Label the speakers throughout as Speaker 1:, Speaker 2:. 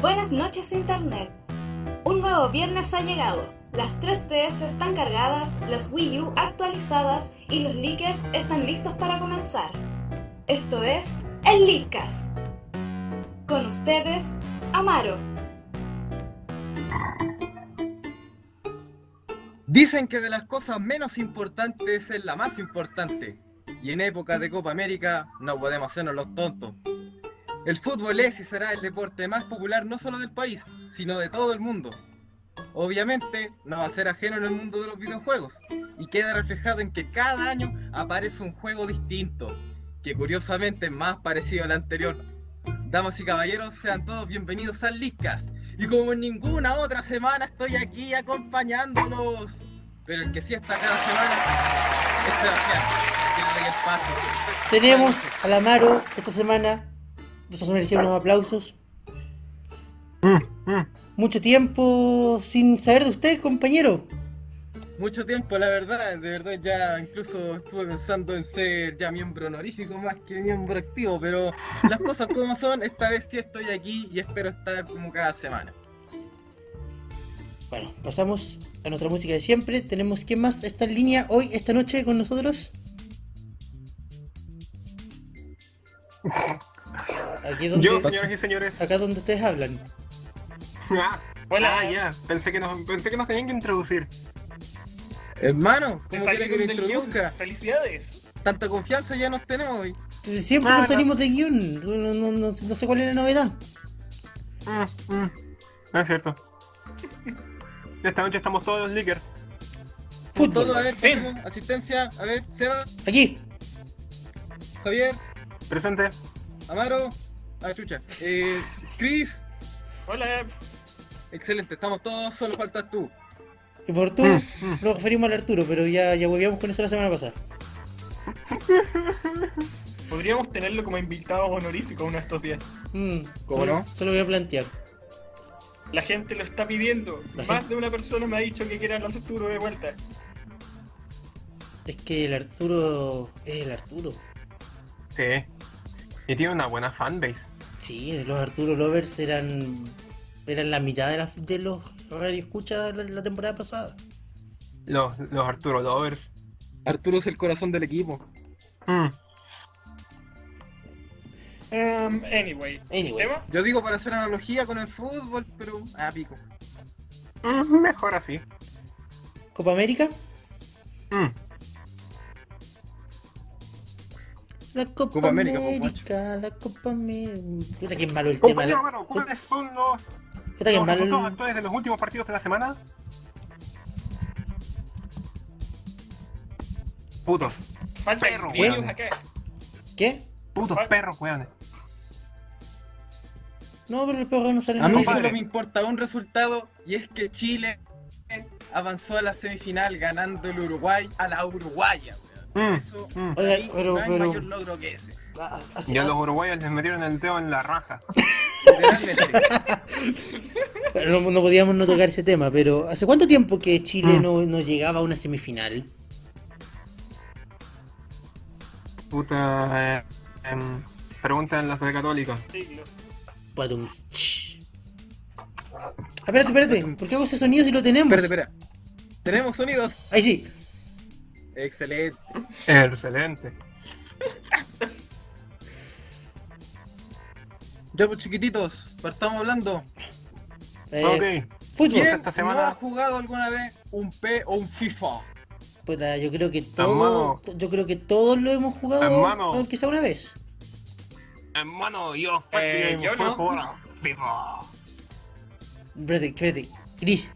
Speaker 1: Buenas noches Internet. Un nuevo viernes ha llegado. Las 3DS están cargadas, las Wii U actualizadas y los leakers están listos para comenzar. Esto es el Leakcast. Con ustedes, Amaro.
Speaker 2: Dicen que de las cosas menos importantes es la más importante. Y en época de Copa América no podemos hacernos los tontos. El fútbol es y será el deporte más popular no solo del país, sino de todo el mundo. Obviamente no va a ser ajeno en el mundo de los videojuegos y queda reflejado en que cada año aparece un juego distinto, que curiosamente es más parecido al anterior. Damas y caballeros, sean todos bienvenidos al Liscas. Y como en ninguna otra semana estoy aquí acompañándolos. Pero el que sí está cada semana es Sebastián, que no doy el paso.
Speaker 3: Tenemos a la Maro esta semana. Nos merecieron unos aplausos.
Speaker 4: Mm,
Speaker 3: Mucho tiempo sin saber de usted, compañero.
Speaker 2: Mucho tiempo, la verdad, de verdad ya incluso estuve pensando en ser ya miembro honorífico más que miembro activo, pero las cosas como son, esta vez sí estoy aquí y espero estar como cada semana.
Speaker 3: Bueno, pasamos a nuestra música de siempre. Tenemos quién más está en línea hoy, esta noche con nosotros. Aquí es donde,
Speaker 4: Yo, señoras y señores.
Speaker 3: acá es donde ustedes hablan.
Speaker 4: Ah,
Speaker 5: Hola.
Speaker 4: ah, ya. Pensé que, nos, pensé que nos tenían que introducir.
Speaker 2: Hermano,
Speaker 5: Te
Speaker 2: ¿cómo
Speaker 5: salió
Speaker 2: quiere que lo
Speaker 5: del guión.
Speaker 2: introduzca?
Speaker 5: ¡Felicidades!
Speaker 2: Tanta confianza ya nos tenemos hoy.
Speaker 3: Entonces, Siempre
Speaker 4: Ah,
Speaker 3: nos
Speaker 4: no.
Speaker 3: salimos de guión. No, no- no- no sé cuál es la novedad.
Speaker 4: Mm, mm. No es cierto. Esta noche estamos todos los leakers.
Speaker 2: Todo, a
Speaker 3: Fútbol.
Speaker 2: ver,
Speaker 5: Bien.
Speaker 2: pasemos. asistencia, a ver, Seba,
Speaker 3: Aquí.
Speaker 2: Javier,
Speaker 4: Presente.
Speaker 2: Amaro, ah, chucha, eh, Chris,
Speaker 5: Hola,
Speaker 2: excelente, estamos todos, solo faltas tú.
Speaker 3: Y por
Speaker 2: Mm,
Speaker 3: tú, mm. nos referimos al Arturo, pero ya, ya volvíamos con eso la semana pasada.
Speaker 5: podríamos tenerlo como invitado honorífico uno de estos días.
Speaker 3: Mm,
Speaker 2: ¿Cómo
Speaker 3: solo-
Speaker 2: no?
Speaker 3: Solo voy a plantear.
Speaker 5: La gente lo está pidiendo.
Speaker 3: La
Speaker 5: Más
Speaker 3: gente-
Speaker 5: de una persona me ha dicho que quiere al Arturo de vuelta.
Speaker 3: Es que el Arturo. Es el Arturo.
Speaker 4: Sí. Y tiene una buena fanbase.
Speaker 3: Sí, los Arturo Lovers eran. eran la mitad de, las- de los radioescuchas la, la temporada pasada.
Speaker 4: Los, los Arturo Lovers.
Speaker 2: Arturo es el corazón del equipo.
Speaker 4: Mm.
Speaker 5: Um, anyway.
Speaker 3: Anyway.
Speaker 5: ¿Tema?
Speaker 2: Yo digo para hacer analogía con el fútbol, pero ah, pico.
Speaker 4: Mm, mejor así.
Speaker 3: Copa América.
Speaker 4: Mm.
Speaker 3: La Copa,
Speaker 2: Copa América, pues,
Speaker 3: América,
Speaker 2: po,
Speaker 3: la Copa América. Puta que es malo el tema.
Speaker 4: Compañero
Speaker 3: La...
Speaker 4: Amaro, ¿cuáles son los,
Speaker 3: Puta que es
Speaker 4: los
Speaker 3: malo.
Speaker 4: resultados
Speaker 3: el-
Speaker 4: actuales de los últimos partidos de la semana? Putos,
Speaker 5: Faltan
Speaker 4: Perro,
Speaker 5: grillos
Speaker 4: weón.
Speaker 5: acá.
Speaker 3: ¿Qué?
Speaker 4: putos perros, weones.
Speaker 3: No, pero los perros no
Speaker 4: Mm.
Speaker 3: salen
Speaker 2: A mí
Speaker 3: nunca.
Speaker 2: solo me importa un resultado y es que Chile avanzó a la semifinal ganando el Uruguay a la Uruguaya. weón.
Speaker 4: Mm,
Speaker 2: Eso
Speaker 4: mm.
Speaker 3: Oiga,
Speaker 2: ahí
Speaker 3: pero-
Speaker 2: no hay
Speaker 3: pero-
Speaker 2: mayor logro que ese.
Speaker 3: Ah, ah,
Speaker 4: Y a
Speaker 3: ah,
Speaker 4: los uruguayos les metieron el dedo en la raja.
Speaker 2: Literalmente.
Speaker 3: pero no, no podíamos no tocar ese tema, pero ¿hace cuánto tiempo que
Speaker 2: Mm.
Speaker 3: Chile no, no llegaba a una semifinal?
Speaker 4: Puta. Eh, em, preguntan los de Católica.
Speaker 5: Siglos.
Speaker 3: Patums. Ch. Ah, Espérate, espérate, ¿por qué hago ese sonido si lo tenemos?
Speaker 2: espera, espera. Tenemos sonidos.
Speaker 3: Ahí sí.
Speaker 2: Excelente.
Speaker 4: Excelente.
Speaker 2: Ya pues chiquititos, partamos hablando.
Speaker 3: Eh,
Speaker 4: Ok.
Speaker 3: Fútbol.
Speaker 2: ¿Quién
Speaker 4: esta
Speaker 2: no
Speaker 4: semana-
Speaker 2: ha jugado alguna vez un P o un FIFA?
Speaker 3: Puta, yo creo que
Speaker 4: Hermano.
Speaker 3: todo, to- yo creo que todos lo hemos jugado
Speaker 4: Hermano.
Speaker 3: aunque sea una vez.
Speaker 4: Hermano, yo. pues,
Speaker 5: Eh, yo no.
Speaker 4: Vivo.
Speaker 3: Espérate, espérate. Chris,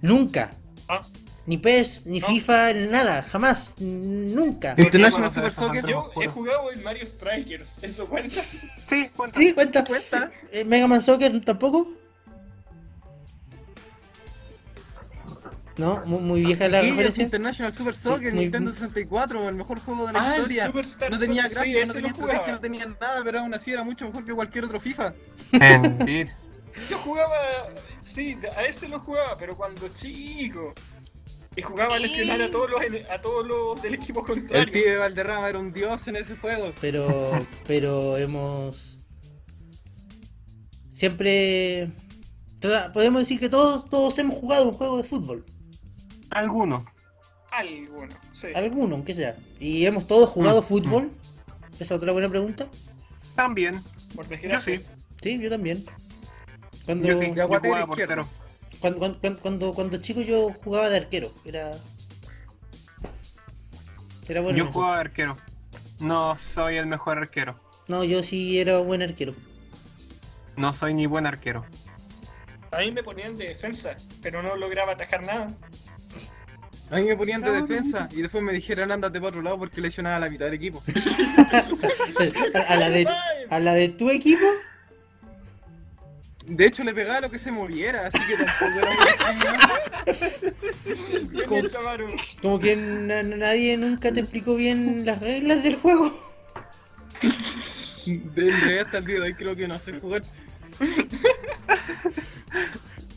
Speaker 3: nunca.
Speaker 5: Ah,
Speaker 3: Ni PES, ni
Speaker 5: No.
Speaker 3: FIFA, nada, jamás, n- nunca.
Speaker 4: Sí.
Speaker 2: International
Speaker 4: Yo
Speaker 2: Super
Speaker 4: conozco
Speaker 2: Soccer.
Speaker 4: bastante.
Speaker 5: yo he
Speaker 4: juro.
Speaker 5: jugado el Mario Strikers. ¿Eso cuenta?
Speaker 4: Sí, cuenta.
Speaker 3: Sí, cuenta.
Speaker 2: Cuenta.
Speaker 3: Eh, Mega Man Soccer tampoco. No, mu- muy, vieja la
Speaker 2: Guillos
Speaker 3: referencia.
Speaker 2: International Super Soccer,
Speaker 3: Muy-
Speaker 2: Nintendo 64, el mejor juego de la
Speaker 5: Ah, el
Speaker 2: historia.
Speaker 5: Superstar
Speaker 2: No tenía
Speaker 5: Soccer, sí,
Speaker 2: gráficos, no
Speaker 5: ese
Speaker 2: tenía
Speaker 5: lo jugaba.
Speaker 2: estrategia, no tenía nada, pero aún así era mucho mejor que cualquier otro FIFA.
Speaker 4: Indeed.
Speaker 5: Yo jugaba. Sí, a ese lo jugaba, pero cuando chico. Y jugaba a lesionar a todos los, ene- a todos los del equipo
Speaker 2: El
Speaker 5: contrario.
Speaker 2: pibe de Valderrama era un dios en ese juego.
Speaker 3: Pero, pero hemos. Siempre Toda- podemos decir que todos, todos hemos jugado un juego de fútbol.
Speaker 4: Alguno.
Speaker 5: Alguno, sí.
Speaker 3: Alguno, aunque sea. ¿Y hemos todos jugado
Speaker 4: Mm,
Speaker 3: fútbol? Esa es otra buena pregunta.
Speaker 4: También.
Speaker 5: Por
Speaker 4: Yo
Speaker 5: desgracia.
Speaker 4: sí.
Speaker 3: Sí, yo también. Cuando,
Speaker 4: Yo sí.
Speaker 2: De
Speaker 4: Yo
Speaker 2: aguatero
Speaker 4: jugaba
Speaker 2: izquierdo.
Speaker 4: portero.
Speaker 3: cuando, cuando- cuando- cuando- cuando chico yo jugaba de arquero. Era. Era bueno. en
Speaker 4: Yo
Speaker 3: eso.
Speaker 4: jugaba de arquero. No soy el mejor arquero.
Speaker 3: No, yo sí era buen arquero.
Speaker 4: No soy ni buen arquero.
Speaker 5: A mí me ponían de defensa, pero no lograba atajar nada.
Speaker 2: A mí me ponían de defensa y después me dijeron ándate para otro lado porque lesionaba a la mitad del equipo.
Speaker 3: A, a la de, a la de tu equipo,
Speaker 2: De hecho, le pegaba lo que se moviera, así que tampoco era
Speaker 5: Yo el Chamaru.
Speaker 3: como que na- nadie nunca te explicó bien las reglas del juego.
Speaker 2: muy- De en realidad, hasta el día de hoy creo que no sé jugar.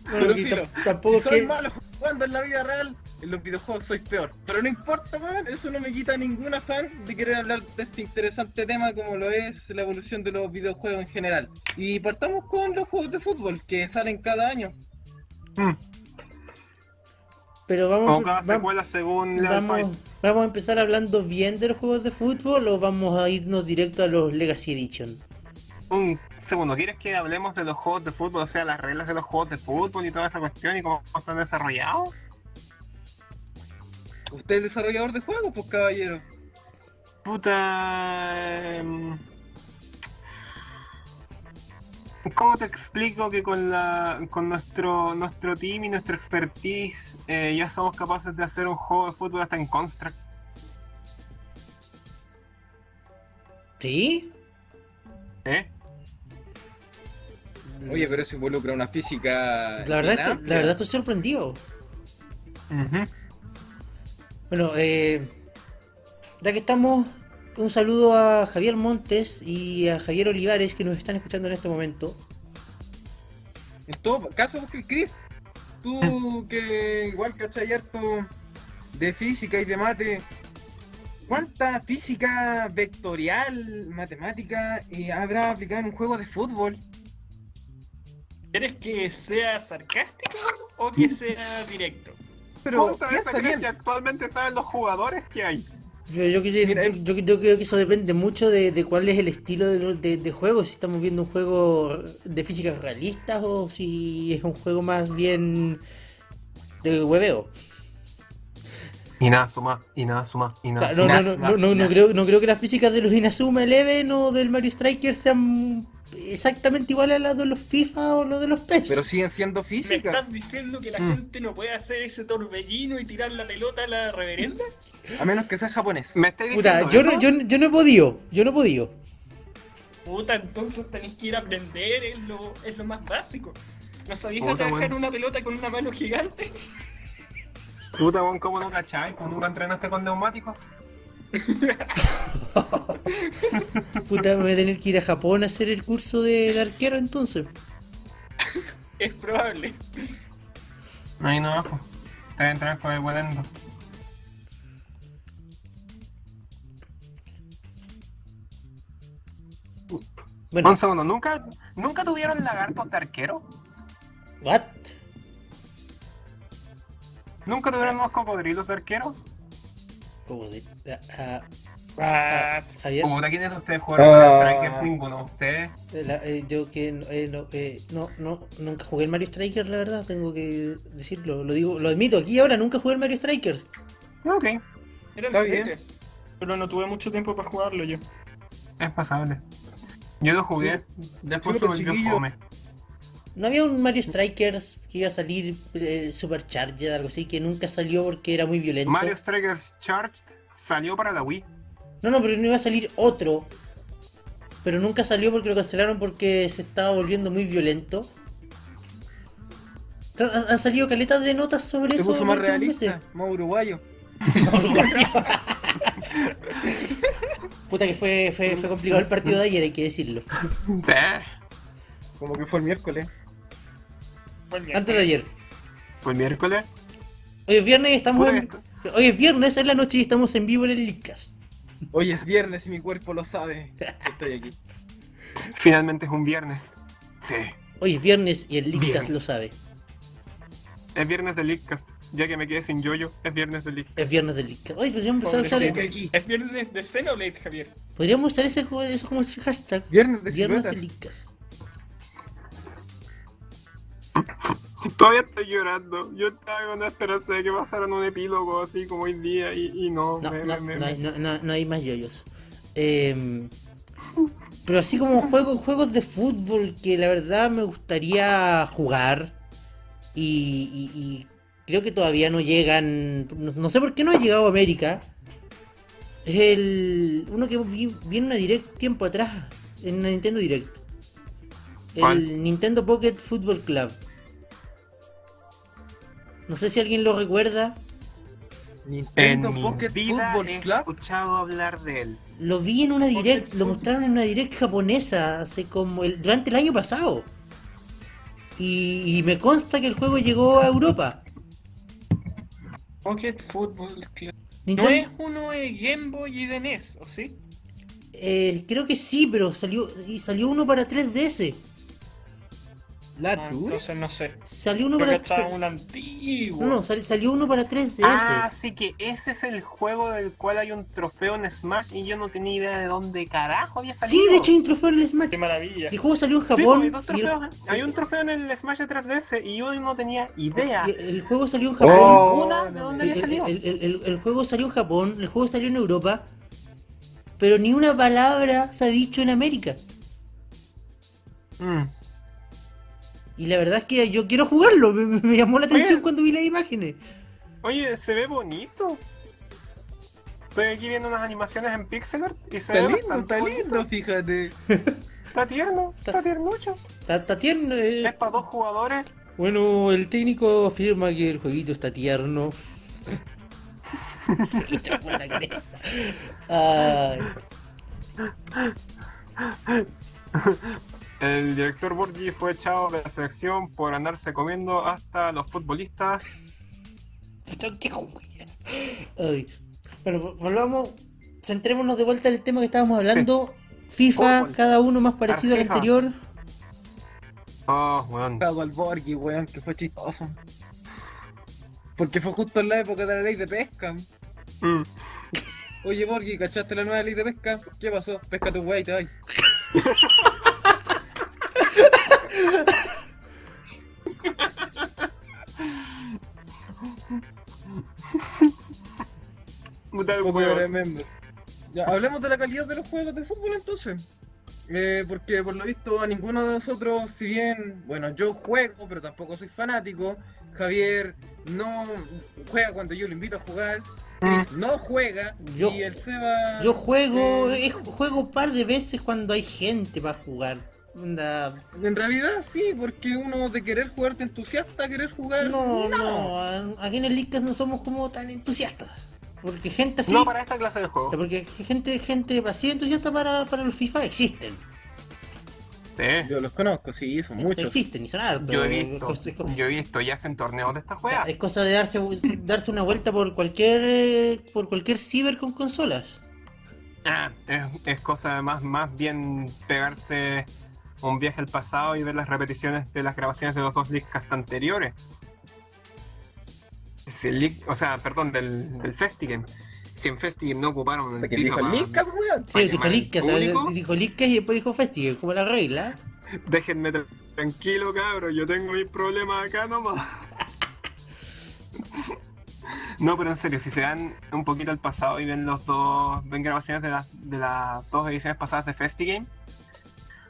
Speaker 3: Bueno,
Speaker 2: Pero
Speaker 3: y
Speaker 2: filo,
Speaker 3: tam- tampoco
Speaker 2: si
Speaker 3: es
Speaker 2: soy
Speaker 3: que.
Speaker 2: malo jugando en la vida real, en los videojuegos soy peor. Pero no importa, weón, eso no me quita ningún afán de querer hablar de este interesante tema como lo es la evolución de los videojuegos en general. Y partamos con los juegos de fútbol que salen cada año.
Speaker 4: Mm.
Speaker 3: Pero vamos,
Speaker 4: O cada
Speaker 3: vamos,
Speaker 4: secuela según la
Speaker 3: vamos,
Speaker 4: alfabeto.
Speaker 3: vamos a empezar hablando bien de los juegos de fútbol o vamos a irnos directo a los Legacy Edition.
Speaker 4: Un segundo, ¿quieres que hablemos de los juegos de fútbol? O sea, las reglas de los juegos de fútbol y toda esa cuestión y cómo están desarrollados.
Speaker 2: Usted es desarrollador de juegos, pues caballero.
Speaker 4: Puta. em, ¿Cómo te explico que con la con nuestro nuestro team y nuestra expertise eh, ya somos capaces de hacer un juego de fútbol hasta en Construct?
Speaker 3: ¿Sí?
Speaker 4: ¿Eh?
Speaker 2: Oye, pero eso involucra una física.
Speaker 3: La verdad,
Speaker 2: bien
Speaker 3: estoy- la
Speaker 2: amplia.
Speaker 3: verdad estoy sorprendido.
Speaker 4: Ujú.
Speaker 3: Bueno, eh, ya que estamos, un saludo a Javier Montes y a Javier Olivares que nos están escuchando en este momento.
Speaker 2: En todo caso, porque Chris, tú que igual cachai harto de física y de mate, ¿cuánta física vectorial, matemática eh, habrá aplicada en un juego de fútbol?
Speaker 5: ¿Quieres que sea sarcástico o
Speaker 4: Mm.
Speaker 5: que sea directo?
Speaker 2: Pero
Speaker 4: Puta, esa
Speaker 2: piensa
Speaker 4: crees
Speaker 2: bien,
Speaker 4: que actualmente saben los jugadores que hay.
Speaker 3: Yo, yo, quisiera-
Speaker 2: Mira,
Speaker 3: yo- yo- yo creo que eso depende mucho de, de cuál es el estilo de, lo- de- de juego, si estamos viendo un juego de físicas realistas o si es un juego más bien de hueveo.
Speaker 4: Y nada suma, y nada suma, y
Speaker 3: Claro,
Speaker 4: nada
Speaker 3: No,
Speaker 4: suma.
Speaker 3: no, no, no, no, no
Speaker 2: Nah.
Speaker 3: creo, no creo que las físicas de los Inazuma Eleven o del Mario Striker sean exactamente iguales a las de los FIFA o las de los PES.
Speaker 2: pero siguen siendo
Speaker 5: ¿Me
Speaker 2: física.
Speaker 5: estás diciendo que la
Speaker 4: Mm.
Speaker 5: gente no puede hacer ese torbellino y tirar la pelota a la reverenda?
Speaker 2: A menos que sea japonés.
Speaker 4: ¿Me estáis
Speaker 3: Puta,
Speaker 4: diciendo
Speaker 3: yo, no-
Speaker 4: eso?
Speaker 3: yo, no- yo no he podido, yo no he podido.
Speaker 5: Puta, entonces tenés que ir a aprender, es lo, es lo más básico. ¿No sabías
Speaker 4: Puta,
Speaker 5: atajar
Speaker 4: bueno.
Speaker 5: una pelota con una mano gigante?
Speaker 4: Puta, weón, ¿cómo no cacháis? ¿Cómo nunca entrenaste con neumáticos?
Speaker 3: Puta, me voy a tener que ir a Japón a hacer el curso de, de arquero entonces.
Speaker 5: Es probable.
Speaker 4: No hay nada, pues. Te voy a entrenar con el Guadendo.
Speaker 3: Bueno,
Speaker 4: Un segundo, ¿nunca, ¿nunca tuvieron lagartos de arquero?
Speaker 3: what?
Speaker 4: ¿Nunca tuvieron unos cocodrilos de arquero?
Speaker 3: ¿Cómo de- ah, ah, ah, ah, Javier,
Speaker 4: Puta, ¿quiénes de ustedes jugaron con
Speaker 2: Ah.
Speaker 4: Striker? Ninguno de ustedes.
Speaker 3: la- eh, yo que no, eh, no, eh, no, no, nunca jugué el Mario Striker, la verdad, tengo que decirlo, lo digo, lo admito, aquí y ahora nunca jugué el Mario Striker.
Speaker 4: Ah, Ok,
Speaker 5: Era
Speaker 2: Está
Speaker 5: entrete, Pero no tuve mucho tiempo para jugarlo yo.
Speaker 4: es pasable. Yo lo jugué, después
Speaker 2: Sí,
Speaker 4: se volvió
Speaker 2: chiquillo.
Speaker 4: fome.
Speaker 3: ¿No había un Mario Strikers que iba a salir eh, Supercharged, algo así, que nunca salió porque era muy violento?
Speaker 4: Mario Strikers Charged salió para la Wii.
Speaker 3: No, no, pero no iba a salir otro. Pero nunca salió porque lo cancelaron porque se estaba volviendo muy violento. Ta- ha- Han salido caletas de notas sobre
Speaker 2: Se
Speaker 3: eso.
Speaker 2: puso
Speaker 3: en
Speaker 2: más
Speaker 3: los últimos
Speaker 2: realista, más uruguayo.
Speaker 3: meses. Puta que fue, fue, fue complicado el partido de ayer, hay que decirlo.
Speaker 4: Sí.
Speaker 2: Como que fue el miércoles.
Speaker 5: Buen día.
Speaker 3: Antes de ayer.
Speaker 4: Fue el miércoles.
Speaker 3: Hoy es viernes y estamos en...
Speaker 4: Puta,
Speaker 3: Hoy es viernes, es la noche y estamos en vivo en el Lickcast.
Speaker 2: Hoy es viernes y mi cuerpo lo sabe. Estoy aquí.
Speaker 4: Finalmente es un viernes. Sí.
Speaker 3: Hoy es viernes y el Lickcast
Speaker 4: Viernes.
Speaker 3: lo sabe.
Speaker 4: Es viernes de Leakcast. Ya que me quedé sin yoyo, es viernes de Leakcast.
Speaker 3: Es viernes del Lickcast. Oye, podríamos empezar a usar,
Speaker 5: Pobrecito.
Speaker 2: Aquí.
Speaker 5: Es viernes de Xenoblade, Javier.
Speaker 3: podríamos usar ese, juego- eso como hashtag.
Speaker 2: Viernes de
Speaker 3: Viernes del
Speaker 2: siluetas.
Speaker 3: Lickcast.
Speaker 4: Todavía estoy llorando. Yo estaba con la esperanza de que pasaran un epílogo así como hoy día y, y no.
Speaker 3: No,
Speaker 4: me-
Speaker 3: no,
Speaker 4: me-
Speaker 3: no hay,
Speaker 4: me-
Speaker 3: no- no- no hay más yoyos. Eh, pero así como juegos, juegos de fútbol que la verdad me gustaría jugar. Y, y- y creo que todavía no llegan. No, no sé por qué no ha llegado a América. Es el. uno que vi, vi en una direct tiempo atrás. En una Nintendo Direct. El
Speaker 4: ¿Cuál?
Speaker 3: Nintendo Pocket Football Club. No sé si alguien lo recuerda.
Speaker 2: Nintendo
Speaker 4: en mi
Speaker 2: Pocket
Speaker 4: vida he
Speaker 2: Football Club.
Speaker 4: escuchado hablar de él.
Speaker 3: Lo vi en una direct, lo mostraron en una direct japonesa hace como el, durante el año pasado. Y, y me consta que el juego llegó a Europa.
Speaker 5: Pocket Football Club. No es
Speaker 3: Nintendo,
Speaker 5: uno de Game Boy y de NES, ¿o sí?
Speaker 3: eh, creo que sí, pero salió y salió uno para 3DS.
Speaker 2: La
Speaker 5: Ah,
Speaker 2: tú.
Speaker 5: entonces no sé.
Speaker 3: Salió uno
Speaker 5: Yo
Speaker 3: para
Speaker 5: cachaba un antiguo.
Speaker 3: no, no, sal- salió uno para 3DS.
Speaker 4: Ah, sí que ese es el juego del cual hay un trofeo en Smash y yo no tenía idea de dónde carajo había salido.
Speaker 3: sí, de hecho hay un trofeo en el Smash.
Speaker 5: Qué maravilla.
Speaker 3: El juego salió en
Speaker 4: Sí,
Speaker 3: Japón.
Speaker 4: pues, hay, dos
Speaker 3: y el,
Speaker 4: trofeos. Hay un trofeo en el Smash de 3DS y yo no tenía idea.
Speaker 3: y el juego salió en Japón.
Speaker 2: Oh,
Speaker 4: Ninguna
Speaker 2: no
Speaker 4: de
Speaker 2: me
Speaker 4: dónde
Speaker 3: El,
Speaker 4: había salido.
Speaker 3: Eh, el- el- el- el juego salió en Japón, el juego salió en Europa, pero ni una palabra se ha dicho en América.
Speaker 4: Mm.
Speaker 3: Y la verdad es que yo quiero jugarlo, me, me- me llamó la atención
Speaker 4: Bien.
Speaker 3: cuando vi las imágenes.
Speaker 4: Oye, se ve bonito. Estoy aquí viendo unas animaciones en pixel art y se
Speaker 2: Está
Speaker 4: ve
Speaker 2: lindo,
Speaker 4: bastante
Speaker 2: está
Speaker 4: bonito.
Speaker 2: lindo, fíjate.
Speaker 4: Está tierno, está tiernucho.
Speaker 3: Está, está tierno. eh.
Speaker 4: Es para dos jugadores.
Speaker 3: Bueno, el técnico afirma que el jueguito está tierno. Me chapó la cresta. Ay,
Speaker 4: El director Borgi fue echado de la selección por andarse comiendo hasta los futbolistas.
Speaker 3: pero qué wea. Ay. Bueno, vol- volvamos, centrémonos de vuelta en el tema que estábamos hablando. FIFA,
Speaker 4: Fútbol.
Speaker 3: cada uno más parecido al
Speaker 4: FIFA.
Speaker 3: anterior.
Speaker 4: Oh, weón.
Speaker 2: Cagado al Borghi, weón, que fue chistoso. Porque fue justo en la época de la ley de pesca.
Speaker 4: Mm.
Speaker 2: Oye, Borghi, ¿cachaste la nueva ley de pesca? ¿Qué pasó? Pesca tu wey, te vas.
Speaker 4: Puta el
Speaker 2: Poco
Speaker 4: weón.
Speaker 2: remember. Ya, hablemos de la calidad de los juegos de fútbol entonces. Eh, porque por lo visto a ninguno de nosotros, si bien, bueno, yo juego, pero tampoco soy fanático. Javier no juega cuando yo lo invito a jugar. Chris no juega.
Speaker 3: Mm. Yo-
Speaker 2: y el Seba.
Speaker 3: Yo juego,
Speaker 2: eh,
Speaker 3: eh, juego un par de veces cuando hay gente para jugar. Onda,
Speaker 2: En realidad sí, porque uno de querer jugar te entusiasta a querer jugar.
Speaker 3: No, no, a- aquí en el Leadcast no somos como tan entusiastas. Porque gente así,
Speaker 4: No para esta clase de juego.
Speaker 3: porque gente, gente así entusiasta para, para los FIFA existen.
Speaker 4: Sí.
Speaker 2: Yo los conozco, sí, son muchos.
Speaker 3: Existen y son hartos.
Speaker 4: Yo he visto,
Speaker 3: Es cosa-
Speaker 4: yo he visto ya hacen torneos de esta juega.
Speaker 2: eh.
Speaker 3: es cosa de darse, darse una vuelta por cualquier eh, por cualquier ciber con consolas.
Speaker 4: Ah, es, es cosa más, más bien pegarse un viaje al pasado y ver las repeticiones de las grabaciones de los dos leakcast anteriores. Si el leak- o sea, perdón, del, del Festigame. Si en Festigame no ocuparon el
Speaker 2: Porque dijo
Speaker 4: FIFA
Speaker 2: el
Speaker 4: para-
Speaker 2: Nicas, weón.
Speaker 3: Sí,
Speaker 4: Para
Speaker 3: dijo
Speaker 4: llamar al
Speaker 3: Lickcast,
Speaker 4: público.
Speaker 3: dijo Leadcast y después dijo Festival, como la regla.
Speaker 4: Déjenme tra- tranquilo, cabro, yo tengo mis problemas acá nomás. No, pero en serio, si se dan un poquito al pasado y ven los dos, ven grabaciones de las, de las dos ediciones pasadas de Festigame,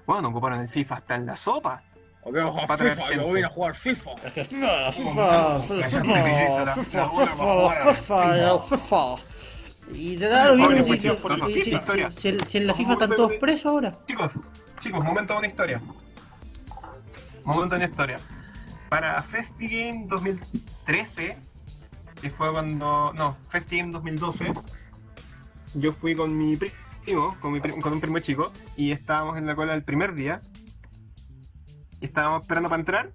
Speaker 4: bueno, no ocuparon el FIFA hasta en la sopa.
Speaker 2: O que vamos a
Speaker 4: Para traer
Speaker 2: FIFA,
Speaker 4: gente.
Speaker 2: yo voy a jugar FIFA.
Speaker 3: Es que FIFA, FIFA, FIFA, FIFA, FIFA, FIFA, FIFA. Y te da lo mismo
Speaker 4: pues,
Speaker 3: si- si- si- si- si- si en la FIFA están todos presos ahora.
Speaker 4: Chicos, chicos, momento de una historia. Momento de una historia. Para Festigame 2013, que fue cuando. No, Festigame 2012, yo fui con mi primo, con, mi pri- con un primo chico, y estábamos en la cola el primer día. Y estábamos esperando para entrar.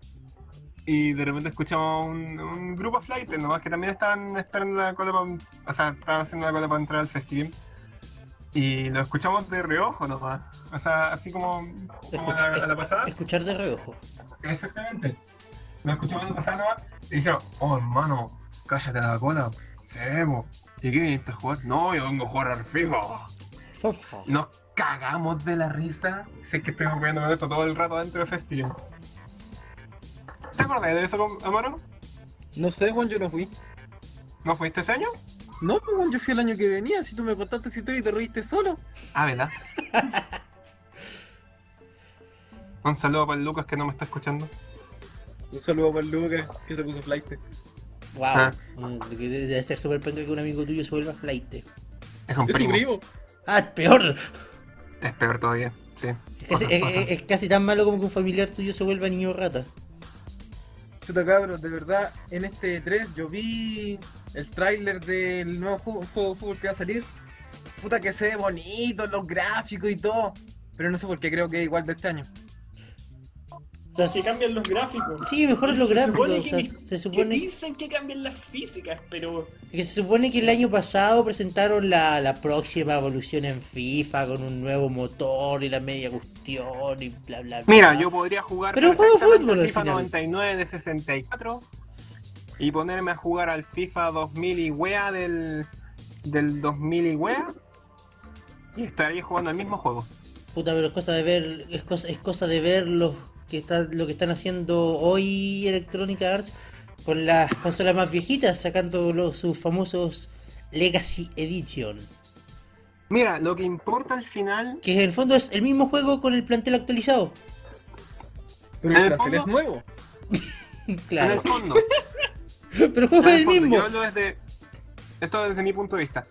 Speaker 4: Y de repente escuchamos un, un grupo flight, nomás que también estaban esperando la cola para. O sea, estaban haciendo la cola para entrar al Festigame. Y lo escuchamos de reojo nomás. O sea, así como, como a, la, a la pasada.
Speaker 3: Escuchar de reojo.
Speaker 4: Exactamente. Lo escuchamos a la pasada nomás. Y dijeron, oh hermano, cállate la cola. Sebo. ¿Y qué viniste a jugar? No, yo vengo a jugar al FIFA.
Speaker 3: Fofa.
Speaker 4: Nos cagamos de la risa. Sé que estoy ocurriendo con esto todo el rato dentro de festival. ¿Te acordás de eso, Amaro?
Speaker 2: No sé, Juan, yo no fui.
Speaker 4: ¿No fuiste ese año?
Speaker 2: No, pues, Juan, yo fui el año que venía. Si tú me contaste esa historia y te reíste solo.
Speaker 4: Ah, ¿verdad? Un saludo para el Lucas que no me está escuchando.
Speaker 2: Un saludo para el Lucas que se puso flight.
Speaker 3: Wow.
Speaker 4: Ah.
Speaker 3: Mm, Debe ser súper penca que un amigo tuyo se vuelva flight.
Speaker 4: Es un
Speaker 2: Es su
Speaker 4: primo.
Speaker 2: primo.
Speaker 3: Ah, es peor.
Speaker 4: Es peor todavía, sí.
Speaker 3: Es casi,
Speaker 4: Cosas
Speaker 3: es-
Speaker 4: pasan.
Speaker 3: es- es casi tan malo como que un familiar tuyo se vuelva niño rata.
Speaker 2: Chuta cabros, de verdad, en este 3 yo vi el tráiler del nuevo ju- juego de fútbol que va a salir. Puta que se ve bonito, los gráficos y todo. Pero no sé por qué creo que es igual de este año.
Speaker 5: Que
Speaker 3: Entonces,
Speaker 5: cambian los gráficos.
Speaker 3: sí, mejor lo
Speaker 5: Se
Speaker 3: gráfico.
Speaker 5: supone
Speaker 3: o sea,
Speaker 5: que-
Speaker 3: se
Speaker 5: Que
Speaker 3: supone
Speaker 5: dicen que cambian las físicas, pero
Speaker 3: que se supone que el año pasado presentaron la, la próxima evolución en FIFA con un nuevo motor y la media cuestión y bla bla bla.
Speaker 4: Mira, yo podría jugar
Speaker 3: Pero juego
Speaker 4: perfectamente
Speaker 3: fútbol
Speaker 4: al
Speaker 3: al
Speaker 4: FIFA
Speaker 3: final.
Speaker 4: 99 de 64 y ponerme a jugar al FIFA 2000 y wea del, del 2000 y wea y estaría jugando el mismo juego.
Speaker 3: Puta, pero es cosa de ver, es cosa, es cosa de ver los que está, lo que están haciendo hoy Electronic Arts con las consolas más viejitas, sacando los, sus famosos Legacy Edition.
Speaker 4: Mira, lo que importa al final,
Speaker 3: Que en el fondo es el mismo juego con el plantel actualizado.
Speaker 2: Pero
Speaker 4: En
Speaker 2: el
Speaker 4: el
Speaker 2: plantel es
Speaker 4: fondo-
Speaker 2: nuevo.
Speaker 4: en el
Speaker 3: Claro.
Speaker 4: fondo,
Speaker 3: Pero el
Speaker 4: en
Speaker 3: juego es el
Speaker 4: fondo,
Speaker 3: mismo.
Speaker 4: yo hablo desde, esto desde mi punto de vista.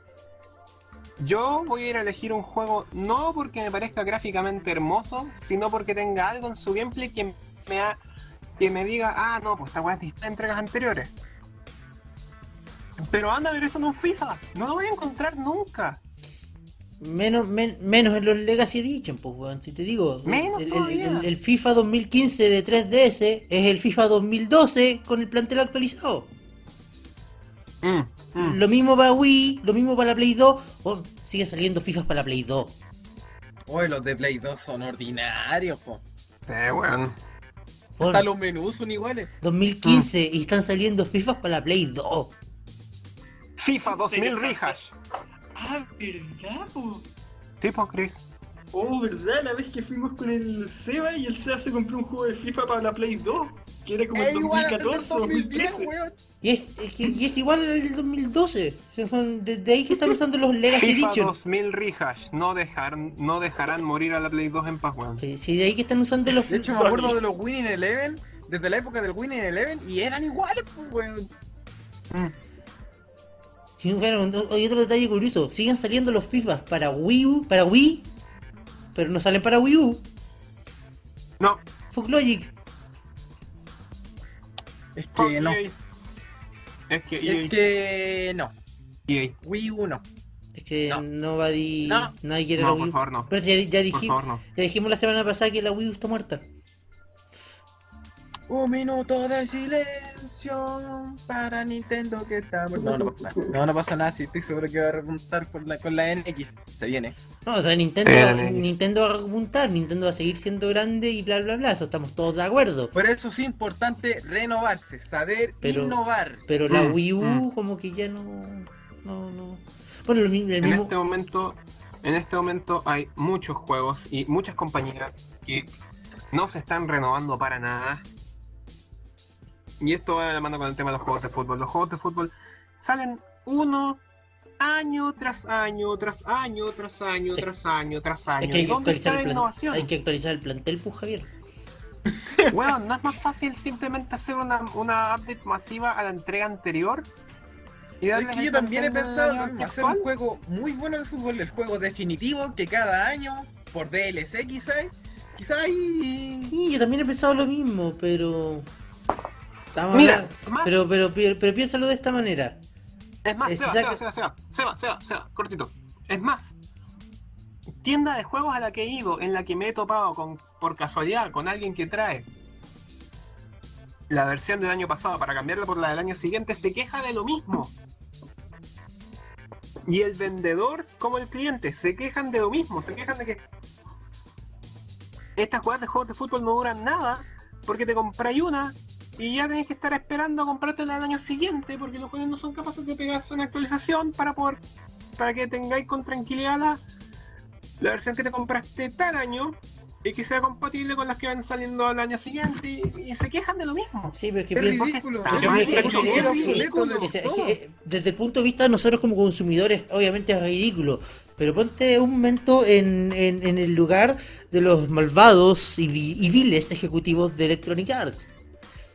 Speaker 4: Yo voy a ir a elegir un juego no porque me parezca gráficamente hermoso, sino porque tenga algo en su gameplay que me, ha- que me diga, ah, no, pues esta weá es distinta a entregas anteriores. Pero anda a ver eso en un FIFA, no lo voy a encontrar nunca.
Speaker 3: Menos, men- menos en los Legacy Edition, pues, weón. Si te digo,
Speaker 4: Menos
Speaker 3: el, el-
Speaker 4: todavía.
Speaker 3: el- el FIFA 2015 de 3DS es el FIFA 2012 con el plantel actualizado.
Speaker 4: Ah.
Speaker 3: Lo mismo para Wii, lo mismo para la Play 2. Oh, sigue saliendo FIFA para la Play 2.
Speaker 2: Oye, los de Play 2 son ordinarios, po.
Speaker 4: Sí, weón.
Speaker 3: Bueno,
Speaker 2: Hasta los menús son iguales.
Speaker 3: 2015 y están saliendo FIFA para la Play 2.
Speaker 4: FIFA
Speaker 5: ¿En serio
Speaker 4: 2000
Speaker 5: pasa?
Speaker 4: Rehash.
Speaker 5: Ah, ¿verdad, po?
Speaker 4: Tipo Chris.
Speaker 5: Oh, ¿verdad? La vez que fuimos con el Seba y el Seba se compró un juego de FIFA para la Play 2, que era como el 2014 o 2013.
Speaker 2: weón.
Speaker 3: Y es, es que- y es igual al del 2012. Se son- Desde ahí que están usando los Legacy
Speaker 4: FIFA
Speaker 3: Edition.
Speaker 4: 2000 Rehash. No, dejar, no dejarán morir a la Play 2 en paz, weón.
Speaker 3: Sí, sí, de ahí que están usando los.
Speaker 2: De hecho, me
Speaker 5: Sorry.
Speaker 2: acuerdo de los Winning Eleven, desde la época del Winning Eleven, y eran iguales, po, weón.
Speaker 4: Mm.
Speaker 3: Sí, bueno, o- y otro detalle curioso, siguen saliendo los FIFA para Wii U, para Wii, pero no salen para Wii U.
Speaker 4: No,
Speaker 3: Fuck Logic.
Speaker 2: Es
Speaker 4: fuck
Speaker 2: que no.
Speaker 4: EA. Es que EA.
Speaker 2: Es que no.
Speaker 4: EA.
Speaker 2: Wii U no.
Speaker 3: Es que
Speaker 2: No.
Speaker 3: nobody,
Speaker 2: No.
Speaker 3: nadie quiere la
Speaker 4: No,
Speaker 3: Wii
Speaker 4: por
Speaker 3: U.
Speaker 4: favor, no.
Speaker 3: Pero si ya, ya dijim-
Speaker 4: Por favor, no.
Speaker 3: ya dijimos la semana pasada que la Wii U está muerta.
Speaker 2: Un minuto de silencio para Nintendo que está No, no pasa nada. No, no pasa nada, si estoy seguro que va a repuntar con la, con la NX. Se viene.
Speaker 3: No, o sea, Nintendo,
Speaker 4: Eh, dale.
Speaker 3: Nintendo va a repuntar, Nintendo va a seguir siendo grande y bla bla bla, eso estamos todos de acuerdo.
Speaker 2: Por eso es importante renovarse, saber
Speaker 3: Pero-
Speaker 2: innovar.
Speaker 3: Pero la
Speaker 4: Mm,
Speaker 3: Wii U
Speaker 4: mm.
Speaker 3: como que ya no... No, no. Bueno, lo mi- el
Speaker 4: En
Speaker 3: mismo...
Speaker 4: este momento, en este momento hay muchos juegos y muchas compañías que no se están renovando para nada. Y esto va de la mano con el tema de los juegos de fútbol. Los juegos de fútbol salen uno año tras año, tras año, tras año, tras año, tras año.
Speaker 3: Es que hay
Speaker 4: ¿Y
Speaker 3: que,
Speaker 4: dónde
Speaker 3: actualizar
Speaker 4: está
Speaker 3: el
Speaker 4: la
Speaker 3: plan-
Speaker 4: innovación?
Speaker 3: hay que actualizar el plantel, pues Javier.
Speaker 4: Weón, ¿no es más fácil simplemente hacer una, una update masiva a la entrega anterior? Y
Speaker 2: Es que yo también he pensado lo mismo, hacer
Speaker 4: actual?
Speaker 2: un juego muy bueno de fútbol, el juego definitivo que cada año, por DLC quizás, quizás ahí...
Speaker 3: Sí, yo también he pensado lo mismo, pero. Estamos
Speaker 4: Mira,
Speaker 3: hablando-
Speaker 4: más-
Speaker 3: pero, pero, pero, pero piénsalo de esta manera.
Speaker 4: Es más,
Speaker 3: Es
Speaker 4: Seba,
Speaker 3: exacto-
Speaker 4: Seba, Seba, Seba, Seba, Seba, Seba, cortito. Es más, tienda de juegos a la que he ido, en la que me he topado con, por casualidad con alguien que trae la versión del año pasado para cambiarla por la del año siguiente, se queja de lo mismo. Y el vendedor como el cliente se quejan de lo mismo, se quejan de que estas jugadas de juegos de fútbol no duran nada porque te compráis una y ya tenés que estar esperando a comprártela el año siguiente porque los juegos no son capaces de pegarse una actualización para poder para que tengáis con tranquilidad la, la versión que te compraste tal año y que sea compatible con las que van saliendo al año siguiente y, y se quejan de lo mismo.
Speaker 3: Sí, pero es que,
Speaker 2: Es
Speaker 3: pero-
Speaker 2: ridículo.
Speaker 4: Pero
Speaker 3: pero
Speaker 4: Ay,
Speaker 3: es que- es
Speaker 5: pero
Speaker 3: que-
Speaker 5: es
Speaker 3: es que-
Speaker 2: ridículo.
Speaker 3: es que- es que, eh, desde el punto de vista de nosotros como consumidores, obviamente es ridículo. Pero ponte un momento en, en- en el lugar de los malvados y, vi- y viles ejecutivos de Electronic Arts.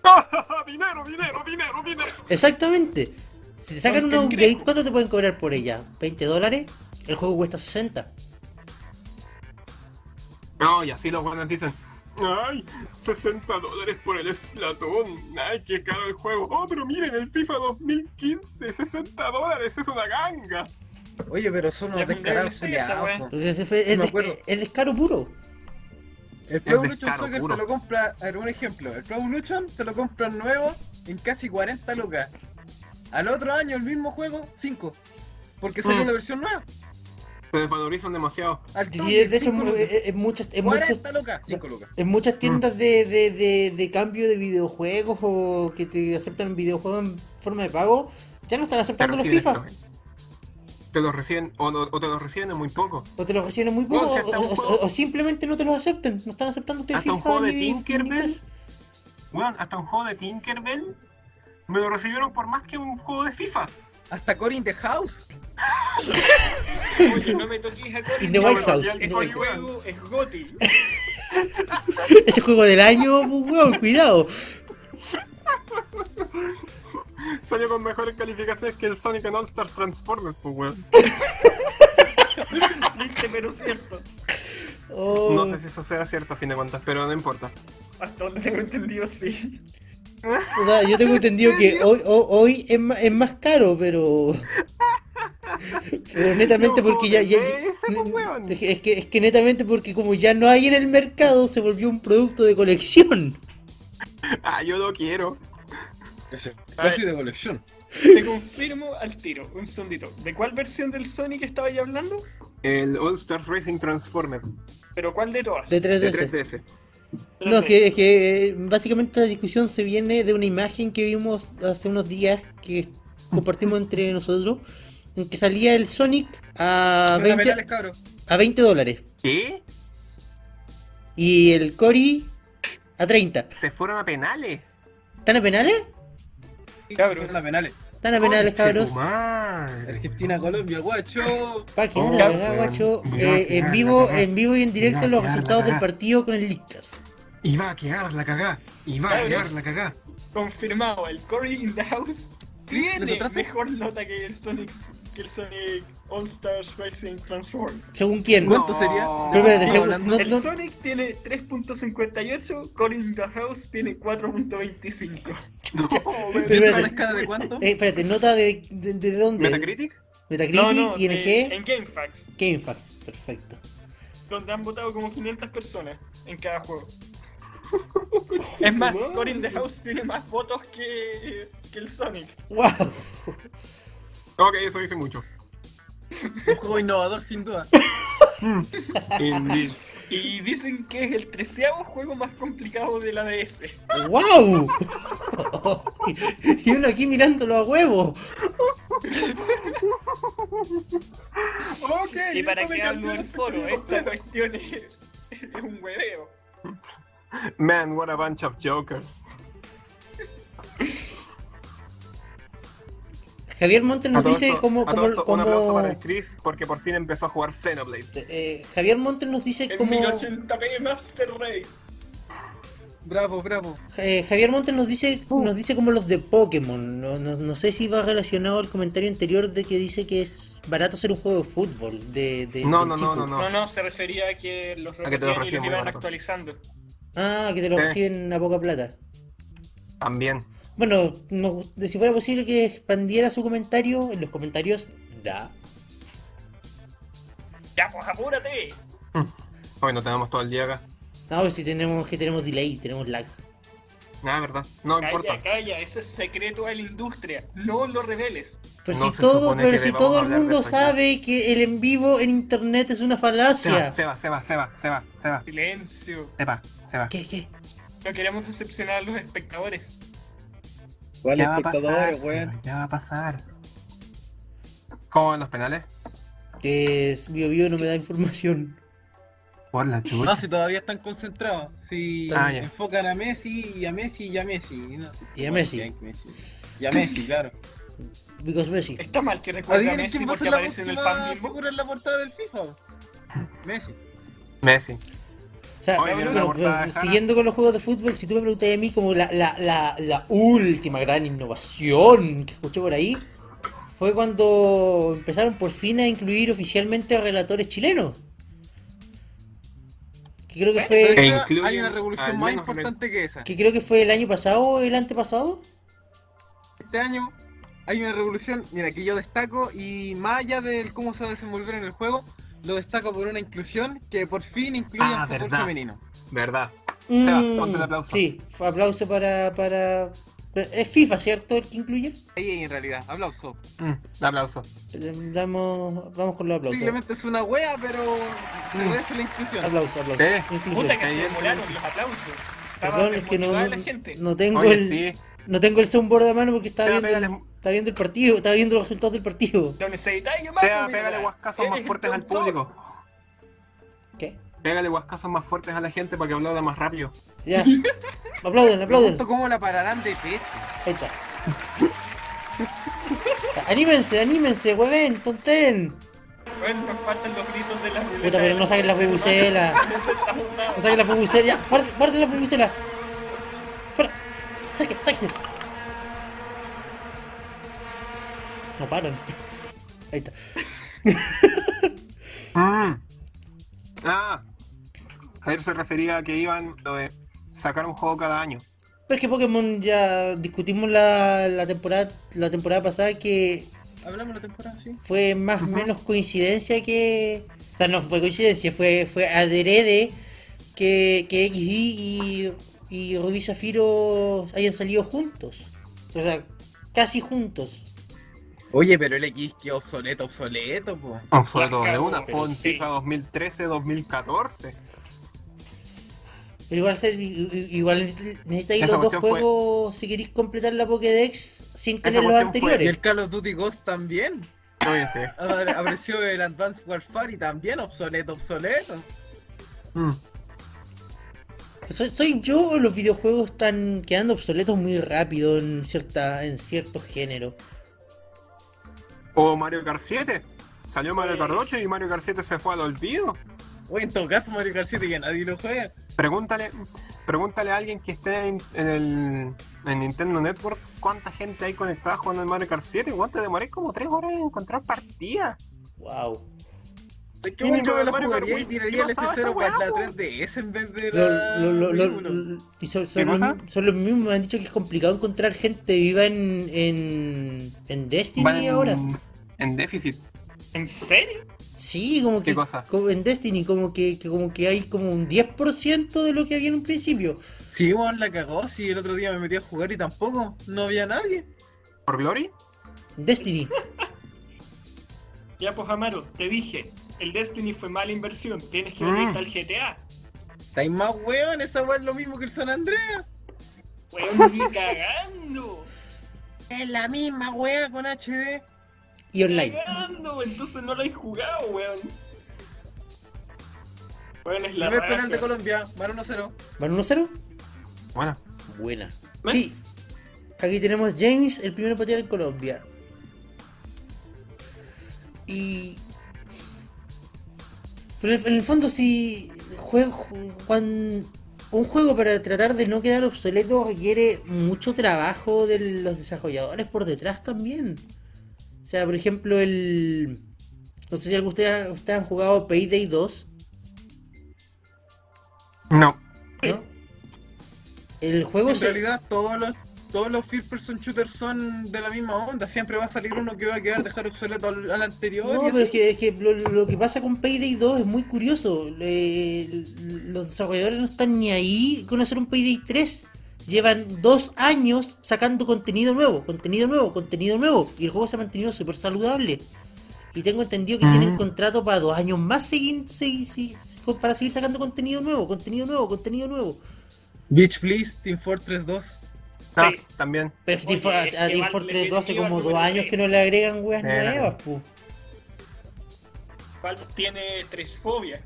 Speaker 4: dinero, dinero, dinero, dinero.
Speaker 3: Exactamente. Si te sacan
Speaker 5: Son
Speaker 3: una
Speaker 5: cangrejos.
Speaker 3: upgrade, ¿cuánto te pueden cobrar por ella? ¿20 dólares? El juego cuesta 60.
Speaker 4: No, y así los buenos dicen. Ay, 60 dólares por el Splatoon. Ay, qué caro el juego. Oh, pero miren, el FIFA 2015, 60 dólares, es una ganga.
Speaker 2: Oye, pero son
Speaker 5: Ya
Speaker 2: unos
Speaker 5: me
Speaker 2: descarados
Speaker 5: enderecé esa
Speaker 2: culiados,
Speaker 5: wea.
Speaker 2: po.
Speaker 3: Entonces, es, es
Speaker 2: No me
Speaker 3: des-
Speaker 2: acuerdo.
Speaker 3: es descaro puro.
Speaker 2: El Pro
Speaker 4: Es
Speaker 2: Evolution
Speaker 4: descaro
Speaker 2: Soccer
Speaker 4: puro.
Speaker 2: te lo compra, a ver, un ejemplo, el Pro Evolution te lo compra nuevo en casi 40 lucas. Al otro año el mismo juego, 5. Porque salió
Speaker 4: Mm.
Speaker 2: la versión nueva.
Speaker 4: Se desvalorizan demasiado.
Speaker 2: Al
Speaker 3: Y
Speaker 2: toque,
Speaker 3: de de hecho,
Speaker 2: cinco lucas.
Speaker 3: en, en muchas, en muchas-
Speaker 2: 40 lucas, 5 lucas.
Speaker 3: En
Speaker 4: Mm.
Speaker 3: muchas tiendas de, de, de, de cambio de videojuegos o que te aceptan videojuegos en forma de pago, ya no están
Speaker 4: Te
Speaker 3: aceptando los
Speaker 4: reciben
Speaker 3: FIFA.
Speaker 4: esto. Te los reciben, o, no- o te los reciben en muy poco.
Speaker 3: O te los reciben muy poco,
Speaker 4: Bueno, si
Speaker 3: o,
Speaker 4: hasta un
Speaker 3: o-
Speaker 4: juego-
Speaker 3: o- o simplemente no te los aceptan. No están aceptando este
Speaker 4: Hasta
Speaker 3: FIFA.
Speaker 4: un juego de
Speaker 3: ni- ni
Speaker 4: Tinkerbell.
Speaker 3: Nintendo.
Speaker 4: Weón, hasta un juego de Tinkerbell me lo recibieron por más que un juego de FIFA.
Speaker 2: Hasta Corin the House.
Speaker 5: Oye, no me toques a Cory.
Speaker 3: In the
Speaker 5: no,
Speaker 3: White
Speaker 5: no,
Speaker 3: House.
Speaker 5: ya
Speaker 3: in
Speaker 5: que
Speaker 3: the
Speaker 5: soy
Speaker 3: White House.
Speaker 5: juego es Goti.
Speaker 3: Ese juego del año, pues, weón, cuidado.
Speaker 4: Salió con mejores calificaciones que el Sonic and All Star Transformers, pues weón.
Speaker 5: Triste, pero cierto.
Speaker 3: Oh,
Speaker 4: No sé si eso será cierto a fin de cuentas, pero no importa.
Speaker 5: Hasta donde tengo entendido, sí.
Speaker 3: o sea, yo tengo entendido que hoy, ho- hoy es, ma- es más caro, pero. Pero netamente
Speaker 4: No,
Speaker 3: porque ya. ya-
Speaker 4: ese, pues, weón.
Speaker 3: es, que, es que- es que netamente porque como ya no hay en el mercado, se volvió un producto de colección.
Speaker 4: Ah, yo lo quiero.
Speaker 2: Ese,
Speaker 5: Ay.
Speaker 2: casi de colección.
Speaker 5: Te confirmo al tiro, un segundito. ¿De cuál versión del Sonic estaba ya hablando?
Speaker 4: El All Stars Racing Transformer
Speaker 5: ¿Pero cuál de todas?
Speaker 3: De 3
Speaker 4: de
Speaker 3: ds
Speaker 4: 3DS.
Speaker 3: No, es que, es que eh, básicamente la discusión se viene de una imagen que vimos hace unos días que compartimos entre nosotros, en que salía el Sonic a
Speaker 2: No la
Speaker 3: 20,
Speaker 2: penales, cabros.
Speaker 3: a 20 dólares
Speaker 4: ¿Qué?
Speaker 3: y el Cory a 30.
Speaker 4: Se fueron a penales.
Speaker 3: ¿Están a penales?
Speaker 5: Cabros.
Speaker 2: No la penales.
Speaker 3: ¿Están a penales,
Speaker 4: Conche
Speaker 3: cabros?
Speaker 4: Oh, tu madre.
Speaker 2: Argentina, Colombia, guacho.
Speaker 3: Pa' quedar
Speaker 4: Oh,
Speaker 3: la cagada,
Speaker 4: weón.
Speaker 3: guacho.
Speaker 4: Mira,
Speaker 3: Eh,
Speaker 4: mira,
Speaker 3: en, vivo,
Speaker 4: mira.
Speaker 3: en vivo y en directo
Speaker 4: Mira,
Speaker 3: los
Speaker 4: mira,
Speaker 3: resultados del
Speaker 4: mira.
Speaker 3: partido con el Lickas.
Speaker 4: Y va a quedar la cagá. Y va a
Speaker 5: Cabros.
Speaker 4: quedar la cagá.
Speaker 5: Confirmado, el Cory in the House
Speaker 2: ¿Lo
Speaker 5: tiene
Speaker 2: encontraste?
Speaker 5: mejor nota que el Sonic, que el Sonic All Stars Racing Transform.
Speaker 3: ¿Según quién?
Speaker 2: ¿Cuánto sería?
Speaker 3: Pero espérate,
Speaker 2: No,
Speaker 3: según-
Speaker 2: hablando-
Speaker 3: no-
Speaker 5: El
Speaker 3: no-
Speaker 5: Sonic tiene 3.58, Cory in the House tiene 4.25.
Speaker 4: No,
Speaker 3: Pero
Speaker 2: ¿Tienes
Speaker 3: espérate.
Speaker 2: una escala de cuánto?
Speaker 3: eh, espérate, ¿nota de, de, de dónde?
Speaker 4: ¿Metacritic?
Speaker 3: Metacritic,
Speaker 5: No, no,
Speaker 3: ING,
Speaker 5: eh, en GameFAQs,
Speaker 3: GameFAQs. Perfecto.
Speaker 5: donde han votado como 500 personas en cada juego. es más, Cory in the House tiene más votos que, que el Sonic.
Speaker 3: ¡Wow!
Speaker 4: Ok, eso dice mucho.
Speaker 2: Un juego innovador, sin duda.
Speaker 4: Indeed.
Speaker 5: Y dicen que es el treceavo juego más complicado de la DS.
Speaker 3: ¡Wow! y uno aquí mirándolo a huevo.
Speaker 4: Ok,
Speaker 5: Y para ¿eh?
Speaker 4: esto me
Speaker 5: que
Speaker 4: cambió
Speaker 5: hablo
Speaker 4: la
Speaker 5: el foro, esta
Speaker 4: perspectiva.
Speaker 5: cuestión es, es un hueveo.
Speaker 4: Man, what a bunch of jokers.
Speaker 3: Javier Montes
Speaker 4: A
Speaker 3: nos
Speaker 4: todo
Speaker 3: dice
Speaker 4: esto-
Speaker 3: cómo.
Speaker 4: a todo
Speaker 3: cómo-
Speaker 4: esto, Un
Speaker 3: cómo-
Speaker 4: aplauso para el Chris porque por fin empezó a jugar Xenoblade.
Speaker 3: eh, Javier Montes nos dice
Speaker 5: En
Speaker 3: cómo.
Speaker 5: 1080p Master Race.
Speaker 2: Bravo, bravo.
Speaker 3: eh, Javier Montes nos dice,
Speaker 4: Uh.
Speaker 3: nos dice como los de Pokémon. No, no- no sé si va relacionado al comentario anterior de que dice que es barato ser un juego de fútbol. De, de-
Speaker 4: No,
Speaker 3: del
Speaker 4: no, no,
Speaker 3: chico.
Speaker 4: no, no.
Speaker 5: No, no, se refería a que los
Speaker 4: A que te lo
Speaker 5: repetían y
Speaker 4: reciben
Speaker 5: los
Speaker 4: muy
Speaker 5: iban
Speaker 4: barato.
Speaker 5: actualizando.
Speaker 3: Ah, que te lo
Speaker 4: Sí.
Speaker 3: reciben a poca plata.
Speaker 4: También.
Speaker 3: Bueno, nos gust- si fuera posible que expandiera su comentario en los comentarios, da.
Speaker 5: ¡Ya, pues apúrate!
Speaker 4: Hoy no tenemos todo el día acá.
Speaker 3: No, si tenemos que tenemos delay, tenemos lag.
Speaker 4: Nada, verdad. No importa.
Speaker 5: Calla, calla, eso es secreto de la industria. No lo reveles.
Speaker 3: Pero
Speaker 4: No
Speaker 3: si
Speaker 4: se
Speaker 3: todo,
Speaker 4: supone
Speaker 3: pero
Speaker 4: que
Speaker 3: si
Speaker 4: debamos
Speaker 3: todo el
Speaker 4: hablar de
Speaker 3: mundo
Speaker 4: esto ya.
Speaker 3: sabe que el en vivo en internet es una
Speaker 4: Se va,
Speaker 3: falacia.
Speaker 4: se va, se va, se va, se va, se va,
Speaker 5: Silencio.
Speaker 4: se va, se va.
Speaker 3: ¿Qué, qué?
Speaker 5: No queremos decepcionar a los espectadores.
Speaker 6: ¿Cuál
Speaker 4: Ya va a pasar,
Speaker 6: espectadores, weón?
Speaker 4: señor, ya va a pasar. ¿Cómo van los penales?
Speaker 3: Que es Bio Bio no me da información.
Speaker 4: Por la
Speaker 2: No,
Speaker 4: chucha.
Speaker 2: si todavía están concentrados. Si
Speaker 4: Ah, ya.
Speaker 2: enfocan a Messi y a Messi y a Messi. no sé.
Speaker 3: Y a Messi.
Speaker 2: Y a Messi, claro.
Speaker 3: Because Messi.
Speaker 5: Está mal que recuerde a
Speaker 2: Adivinen
Speaker 5: Messi
Speaker 2: quién va a
Speaker 5: porque
Speaker 2: ser la
Speaker 5: aparece en el
Speaker 2: próxima
Speaker 5: pan mismo.
Speaker 2: figura en la portada del FIFA. Messi.
Speaker 4: Messi.
Speaker 3: O sea,
Speaker 4: Oye,
Speaker 3: pero-
Speaker 4: una
Speaker 3: pero
Speaker 4: portada de Hannah.
Speaker 3: siguiendo con los juegos de fútbol, si tú me preguntas a mí como la, la, la, la última gran innovación que escuché por ahí, fue cuando empezaron por fin a incluir oficialmente a relatores chilenos. Que creo que
Speaker 2: Pero
Speaker 3: fue,
Speaker 4: E
Speaker 2: esa-
Speaker 4: incluyen
Speaker 2: hay una revolución
Speaker 4: al
Speaker 2: más
Speaker 4: menos-
Speaker 2: importante que esa.
Speaker 3: que creo que fue el año pasado o el antepasado.
Speaker 2: Este año hay una revolución, mira, que yo destaco y más allá de cómo se va a desenvolver en el juego, lo destaco por una inclusión que por fin incluye
Speaker 4: Ah,
Speaker 2: al fútbol
Speaker 4: verdad.
Speaker 2: femenino.
Speaker 4: Verdad. Seba, ponte el
Speaker 3: Mm,
Speaker 4: aplauso.
Speaker 3: sí, fue aplauso para, para... Es FIFA, ¿cierto? El que incluye.
Speaker 2: Ahí en realidad, aplauso.
Speaker 4: Mm, aplauso.
Speaker 3: Damos, vamos con los aplausos.
Speaker 2: Simplemente es una wea, pero agradece la inclusión.
Speaker 3: Aplauso, aplauso.
Speaker 4: Eh,
Speaker 3: Inclusión.
Speaker 5: Puta que
Speaker 4: Ahí
Speaker 5: se
Speaker 4: es-
Speaker 5: molaron los aplausos. Estaba
Speaker 3: Perdón, es que no,
Speaker 5: desmotivada
Speaker 3: no,
Speaker 5: la gente.
Speaker 3: no tengo
Speaker 4: Oye,
Speaker 3: el
Speaker 4: sí.
Speaker 3: no tengo el soundboard a mano porque estaba
Speaker 4: Seba,
Speaker 3: viendo, el,
Speaker 4: pégale,
Speaker 3: estaba viendo el partido, estaba viendo los resultados del partido.
Speaker 5: Lo necesitáis, yo
Speaker 4: Seba, pégale guascazos más fuertes al público.
Speaker 3: ¿Qué?
Speaker 4: Pégale guascazos más fuertes a la gente para que aplauda más rápido.
Speaker 3: Ya. aplauden, aplauden.
Speaker 2: Pregunto cómo la pararán de pecho.
Speaker 3: Ahí está. Anímense, anímense, hueven, tonten.
Speaker 5: Bueno, nos faltan los gritos de la ruleta.
Speaker 3: Puta, pero no saquen la bubucela.
Speaker 5: Eso está una-
Speaker 3: No saquen la fubusela, ya. Guarden, guarden la fubusela. Fuera. Saquen, saquen. No paran. Ahí está.
Speaker 4: Mm. Ah. Javier se refería a que iban lo de sacar un juego cada año.
Speaker 3: Pero es que Pokémon ya discutimos la, la temporada la temporada pasada que
Speaker 2: Hablamos la temporada, sí.
Speaker 3: fue más o menos coincidencia que. O sea, no fue coincidencia, fue, fue adrede que, que XD y, y Rubí Zafiro hayan salido juntos. O sea, casi juntos.
Speaker 2: Oye, pero el X que obsoleto, obsoleto, po.
Speaker 4: Sobre
Speaker 5: Las
Speaker 4: todo de
Speaker 5: cago,
Speaker 4: una.
Speaker 3: pero
Speaker 4: Fue un
Speaker 3: sí.
Speaker 4: FIFA 2013-2014.
Speaker 3: Pero igual, se- i- i- igual necesitáis
Speaker 4: Esa
Speaker 3: los dos
Speaker 4: cuestión fue-
Speaker 3: juegos si queréis completar la Pokédex sin tener los
Speaker 4: cuestión fue-
Speaker 2: Y
Speaker 3: anteriores.
Speaker 2: el Call of Duty Ghost también.
Speaker 4: Oye, sí.
Speaker 2: Ahora Apareció el Advanced Warfare y también obsoleto, obsoleto.
Speaker 4: Mm.
Speaker 3: ¿Soy, soy yo o los videojuegos están quedando obsoletos muy rápido en cierta en cierto género?
Speaker 4: O Mario Kart 7. Salió Mario Kart 8 y Mario Kart 7 se fue al olvido.
Speaker 2: Oye, en todo caso, Mario Kart 7 que nadie lo juega.
Speaker 4: Pregúntale, pregúntale a alguien que esté en, en el en Nintendo Network cuánta gente hay conectada jugando al Mario Kart 7. Weón, te demoré como 3 horas en encontrar partidas.
Speaker 3: Wow.
Speaker 2: Es que
Speaker 4: Sí,
Speaker 2: bueno,
Speaker 4: ni
Speaker 2: yo me
Speaker 4: Mario
Speaker 2: lo
Speaker 4: Kart
Speaker 2: jugaría y
Speaker 4: Wii.
Speaker 2: tiraría el
Speaker 4: ¿Qué pasaba
Speaker 2: F0
Speaker 4: esa
Speaker 2: para la
Speaker 4: weá, po?
Speaker 2: 3DS en vez de
Speaker 3: Lo-
Speaker 2: la
Speaker 3: lo- lo- lo-
Speaker 2: Wii, uno.
Speaker 3: lo- y son, son
Speaker 4: ¿Qué
Speaker 3: los,
Speaker 4: cosa?
Speaker 3: son los mismos, me han dicho que es complicado encontrar gente viva en, en, en Destiny
Speaker 4: Van en-
Speaker 3: ahora.
Speaker 4: En déficit.
Speaker 5: ¿En serio?
Speaker 3: Sí, como
Speaker 4: ¿Qué
Speaker 3: que
Speaker 4: cosa?
Speaker 3: como en Destiny como que, que como que hay como un 10% de lo que había en un principio.
Speaker 2: Sí, weón, la cagó. Si el otro día me metí a jugar y tampoco, no había nadie.
Speaker 4: ¿Por Glory?
Speaker 3: En Destiny.
Speaker 5: Ya, pues Amaro, te dije, el Destiny fue mala inversión. Tienes que
Speaker 4: Mm.
Speaker 5: meterte al GTA.
Speaker 2: Estáis más weón, esa weá es lo mismo que el San Andreas.
Speaker 5: Weón, ni cagando.
Speaker 2: Es la misma weá con HD.
Speaker 3: Y online.
Speaker 5: Cagando, entonces no lo has jugado, weón. Weón, es la
Speaker 2: Primer penal de
Speaker 5: raja.
Speaker 2: Colombia, van 1-0.
Speaker 3: ¿Van 1-0?
Speaker 4: Bueno.
Speaker 3: Buena. Sí. Aquí tenemos James, el primer pateador en Colombia. Y. Pero en el fondo, si. jue- ju- cuan- un juego para tratar de no quedar obsoleto requiere mucho trabajo de los desarrolladores por detrás también. O sea, por ejemplo, el. No sé si alguno de ustedes, ustedes han jugado Payday 2.
Speaker 4: No.
Speaker 3: ¿no? El juego
Speaker 2: En
Speaker 3: se-
Speaker 2: realidad, todos los, todos los first person shooters son de la misma onda. Siempre va a salir uno que va a quedar dejar obsoleto al, al anterior.
Speaker 3: No,
Speaker 2: y
Speaker 3: pero es
Speaker 2: así.
Speaker 3: que, es que lo, lo que pasa con Payday 2 es muy curioso. Eh, los desarrolladores no están ni ahí con hacer un Payday 3. llevan dos años sacando contenido nuevo, contenido nuevo, contenido nuevo. Y el juego se ha mantenido súper saludable. Y tengo entendido que
Speaker 4: Ujú.
Speaker 3: tienen contrato para dos años más seguir, seguir- seguir- para seguir sacando contenido nuevo, contenido nuevo, contenido nuevo.
Speaker 2: Beach Please, Team Fortress 2.
Speaker 4: Ah,
Speaker 5: Sí.
Speaker 4: también.
Speaker 3: Pero si
Speaker 5: Oye,
Speaker 3: a,
Speaker 5: es
Speaker 3: a
Speaker 5: que
Speaker 3: Team
Speaker 5: mal
Speaker 3: Fortress
Speaker 5: le
Speaker 3: 2 hace
Speaker 5: metió al
Speaker 3: como dos
Speaker 5: número
Speaker 3: años
Speaker 5: tres.
Speaker 3: que no le agregan weas
Speaker 4: Era.
Speaker 3: nuevas, pu.
Speaker 5: Falta tiene tres fobias.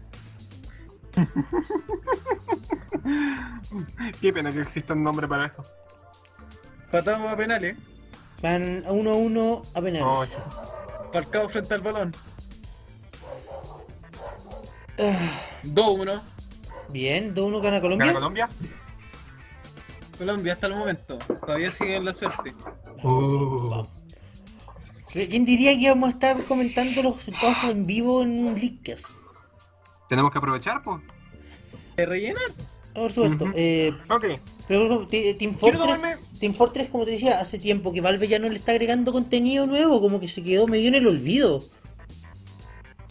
Speaker 4: Qué pena que exista un nombre para eso.
Speaker 2: Patado a penales.
Speaker 3: Van a uno a uno a penales.
Speaker 4: Oh,
Speaker 2: Falcao frente al balón. Ah. 2-1.
Speaker 3: Bien, 2-1 gana
Speaker 4: ¿Gana
Speaker 3: Colombia.
Speaker 4: Colombia?
Speaker 2: Colombia hasta el momento. Todavía sigue en la suerte.
Speaker 4: Uh.
Speaker 3: ¿Quién diría que íbamos a estar comentando los resultados en vivo en un Leakcast?
Speaker 4: Tenemos que aprovechar, pues.
Speaker 2: ¿De rellenar?
Speaker 3: Por supuesto.
Speaker 4: Ujú.
Speaker 3: eh,
Speaker 4: Ok.
Speaker 3: pero bueno, Te- Team
Speaker 4: Quiero
Speaker 3: Fortress,
Speaker 4: tomarme-
Speaker 3: Team Fortress, como te decía, hace tiempo que Valve ya no le está agregando contenido nuevo, como que se quedó medio en el olvido.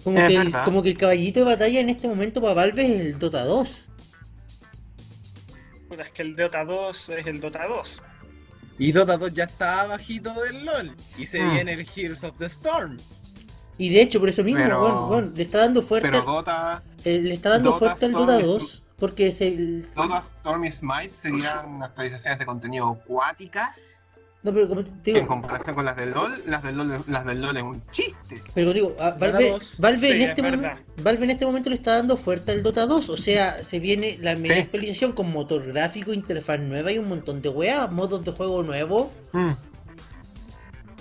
Speaker 3: Como,
Speaker 4: Es
Speaker 3: que el,
Speaker 4: verdad.
Speaker 3: como que el caballito de batalla en este momento para Valve es el Dota 2.
Speaker 5: Puta, es que el Dota 2 es el Dota 2.
Speaker 2: Y Dota 2 ya está abajito del LOL. Y se
Speaker 4: Mm.
Speaker 2: viene el Heroes of the Storm.
Speaker 3: Y de hecho, por eso mismo,
Speaker 4: Pero-
Speaker 3: bueno, bueno, le está dando fuerte,
Speaker 4: Pero Dota,
Speaker 3: eh, le está dando
Speaker 4: Dota
Speaker 3: fuerte al
Speaker 4: Storm
Speaker 3: Dota
Speaker 4: es un-
Speaker 3: 2, porque es el...
Speaker 4: Dota Storm y Smite serían actualizaciones de contenido acuáticas.
Speaker 3: No, pero como te
Speaker 4: que En
Speaker 3: digo,
Speaker 4: comparación con las del LOL, las del LOL, las del LOL es un chiste.
Speaker 3: Pero digo, a- Valve,
Speaker 2: Dota 2.
Speaker 3: Valve, en
Speaker 5: Sí,
Speaker 3: este
Speaker 5: es
Speaker 3: momen-
Speaker 5: verdad.
Speaker 3: Valve en este momento le está dando fuerte al Dota 2, o sea, se viene la mega
Speaker 4: Sí.
Speaker 3: actualización con motor gráfico, interfaz nueva y un montón de weas, modos de juego nuevo.
Speaker 4: Mm.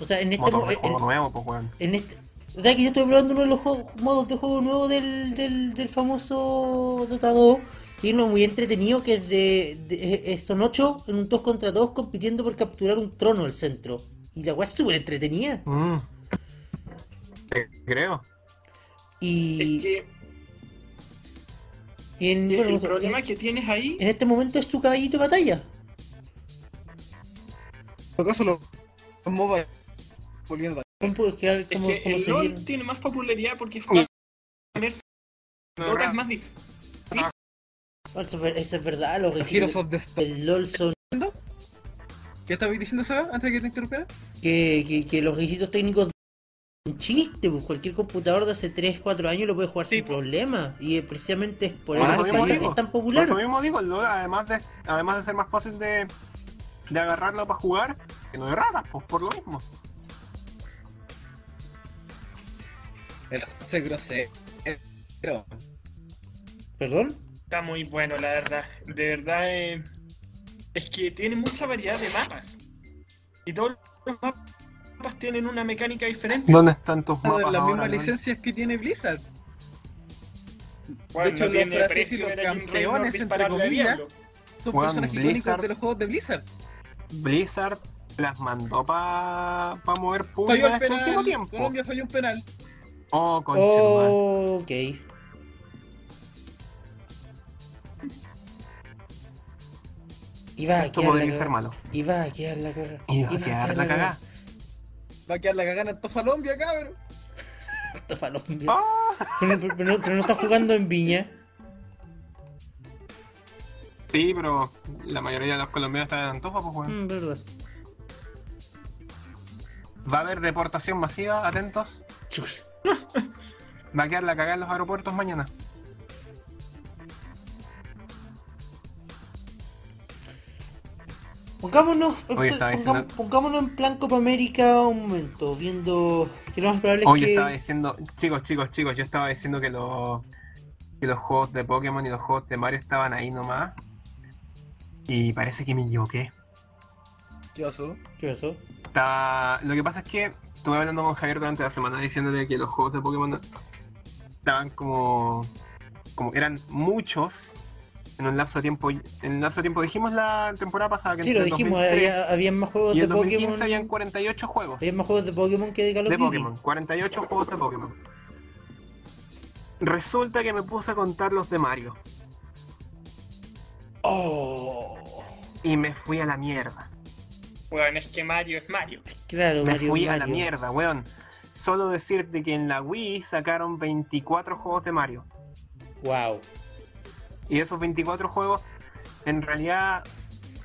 Speaker 3: O sea, en este,
Speaker 4: Motor
Speaker 3: mo-
Speaker 4: de juego
Speaker 3: en,
Speaker 4: nuevo, pues weón.
Speaker 3: en este o sea, que yo estoy probando uno de los juegos- modos de juego nuevo del, del, del famoso Dota 2 y uno muy entretenido que es de, de- eh, son 8 en un 2 contra 2 compitiendo por capturar un trono al centro. Y la wea es súper entretenida.
Speaker 4: Mm. Te creo.
Speaker 3: Y,
Speaker 5: Es que
Speaker 3: y en, bueno,
Speaker 5: el
Speaker 3: o sea,
Speaker 5: problema que tienes ahí
Speaker 3: en este momento es tu caballito de batalla.
Speaker 2: Por acaso los MOBA volviendo
Speaker 3: ¿Cómo puedo quedar
Speaker 5: es
Speaker 3: como,
Speaker 5: que
Speaker 3: como
Speaker 5: el
Speaker 3: seguir?
Speaker 5: LOL tiene más popularidad porque es fácil ponerse Dota es más difícil.
Speaker 3: Bueno, Eso, es ver- eso es verdad, los
Speaker 2: Heroes
Speaker 3: requisitos
Speaker 2: of the Storm.
Speaker 3: del LOL son
Speaker 2: ¿Qué estabais diciendo, Seba, antes de que te interrumpiera?
Speaker 3: que, que, que los requisitos técnicos son un chiste, pues, cualquier computador de hace 3, 4 años lo puede jugar
Speaker 5: Sí. pues.
Speaker 3: sin problema y eh, precisamente es por
Speaker 4: Por
Speaker 3: eso
Speaker 4: eso
Speaker 3: que
Speaker 4: mismo
Speaker 3: es,
Speaker 4: digo,
Speaker 3: es tan
Speaker 4: Por
Speaker 3: popular.
Speaker 4: eso mismo digo, el LOL, además de, además de ser más fácil de, de agarrarlo para jugar, que no de ratas, pues por lo mismo.
Speaker 2: El José Grosé. Pero,
Speaker 3: ¿Perdón?
Speaker 5: Está muy bueno, la verdad. De verdad, eh, es que tiene mucha variedad de mapas. Y todos los mapas tienen una mecánica diferente.
Speaker 4: ¿Dónde están tus mapas?
Speaker 2: las
Speaker 4: ahora,
Speaker 2: mismas
Speaker 4: LOL?
Speaker 2: licencias que tiene Blizzard.
Speaker 5: Bueno,
Speaker 2: de hecho,
Speaker 5: no
Speaker 2: los
Speaker 5: tiene
Speaker 2: franceses
Speaker 5: precio,
Speaker 2: y los
Speaker 5: era Jim Reynolds
Speaker 2: campeones, entre
Speaker 5: dispararle a
Speaker 2: comillas.
Speaker 5: Diablo.
Speaker 2: Son
Speaker 4: Weón,
Speaker 2: personajes icónicos
Speaker 4: Blizzard.
Speaker 2: de los juegos de Blizzard.
Speaker 4: Blizzard las mandó para pa mover
Speaker 2: Falló
Speaker 4: público
Speaker 2: el
Speaker 4: en este último
Speaker 2: penal.
Speaker 4: tiempo.
Speaker 2: Colombia falló un penal.
Speaker 4: Oh, concha, madre.
Speaker 3: Oh, ok. Iba a
Speaker 4: Esto
Speaker 3: quedar la
Speaker 4: podría ser
Speaker 3: cagada.
Speaker 4: malo.
Speaker 3: Iba a quedar la caga.
Speaker 4: Iba a quedar la cagada.
Speaker 2: Va a quedar la cagada en Colombia, cabrón.
Speaker 3: Pero,
Speaker 4: Oh,
Speaker 3: pero- pero no- pero no está jugando en Viña.
Speaker 4: Sí, pero la mayoría de los colombianos están en Antofa, pues weón.
Speaker 3: Mm, verdad. Mm.
Speaker 4: Va a haber deportación masiva, atentos.
Speaker 3: Chus.
Speaker 4: Va a quedar la cagada en los aeropuertos mañana.
Speaker 3: Pongámonos,
Speaker 4: Oye, estaba
Speaker 3: pongam-
Speaker 4: diciendo-
Speaker 3: pongámonos en plan Copa América un momento, viendo que lo más probable es
Speaker 4: Hoy
Speaker 3: que...
Speaker 4: estaba diciendo, chicos, chicos, chicos, yo estaba diciendo que los que los juegos de Pokémon y los juegos de Mario estaban ahí nomás. Y parece que me equivoqué.
Speaker 2: ¿Qué pasó?
Speaker 3: ¿Qué pasó?
Speaker 4: Estaba- Lo que pasa es que estuve hablando con Javier durante la semana diciéndole que los juegos de Pokémon estaban como. como eran muchos en un lapso de tiempo. En un lapso de tiempo dijimos la temporada pasada que
Speaker 3: Sí,
Speaker 4: entre
Speaker 3: lo
Speaker 4: el
Speaker 3: dijimos,
Speaker 4: 2003
Speaker 3: había, había más juegos
Speaker 4: y
Speaker 3: de
Speaker 4: en 2015
Speaker 3: Pokémon.
Speaker 4: habían 48 juegos.
Speaker 3: Había más juegos de Pokémon que de Call of
Speaker 4: de
Speaker 3: Duty.
Speaker 4: Pokémon, 48 juegos de Pokémon. Resulta que me puse a contar los de Mario
Speaker 3: Oh,
Speaker 4: y me fui a la mierda.
Speaker 5: Bueno, es que Mario es Mario.
Speaker 3: claro,
Speaker 4: Me
Speaker 3: Mario,
Speaker 4: fui a
Speaker 3: Mario.
Speaker 4: la mierda, weón. Solo decirte que en la Wii sacaron 24 juegos de Mario.
Speaker 3: Wow.
Speaker 4: Y esos 24 juegos, en realidad,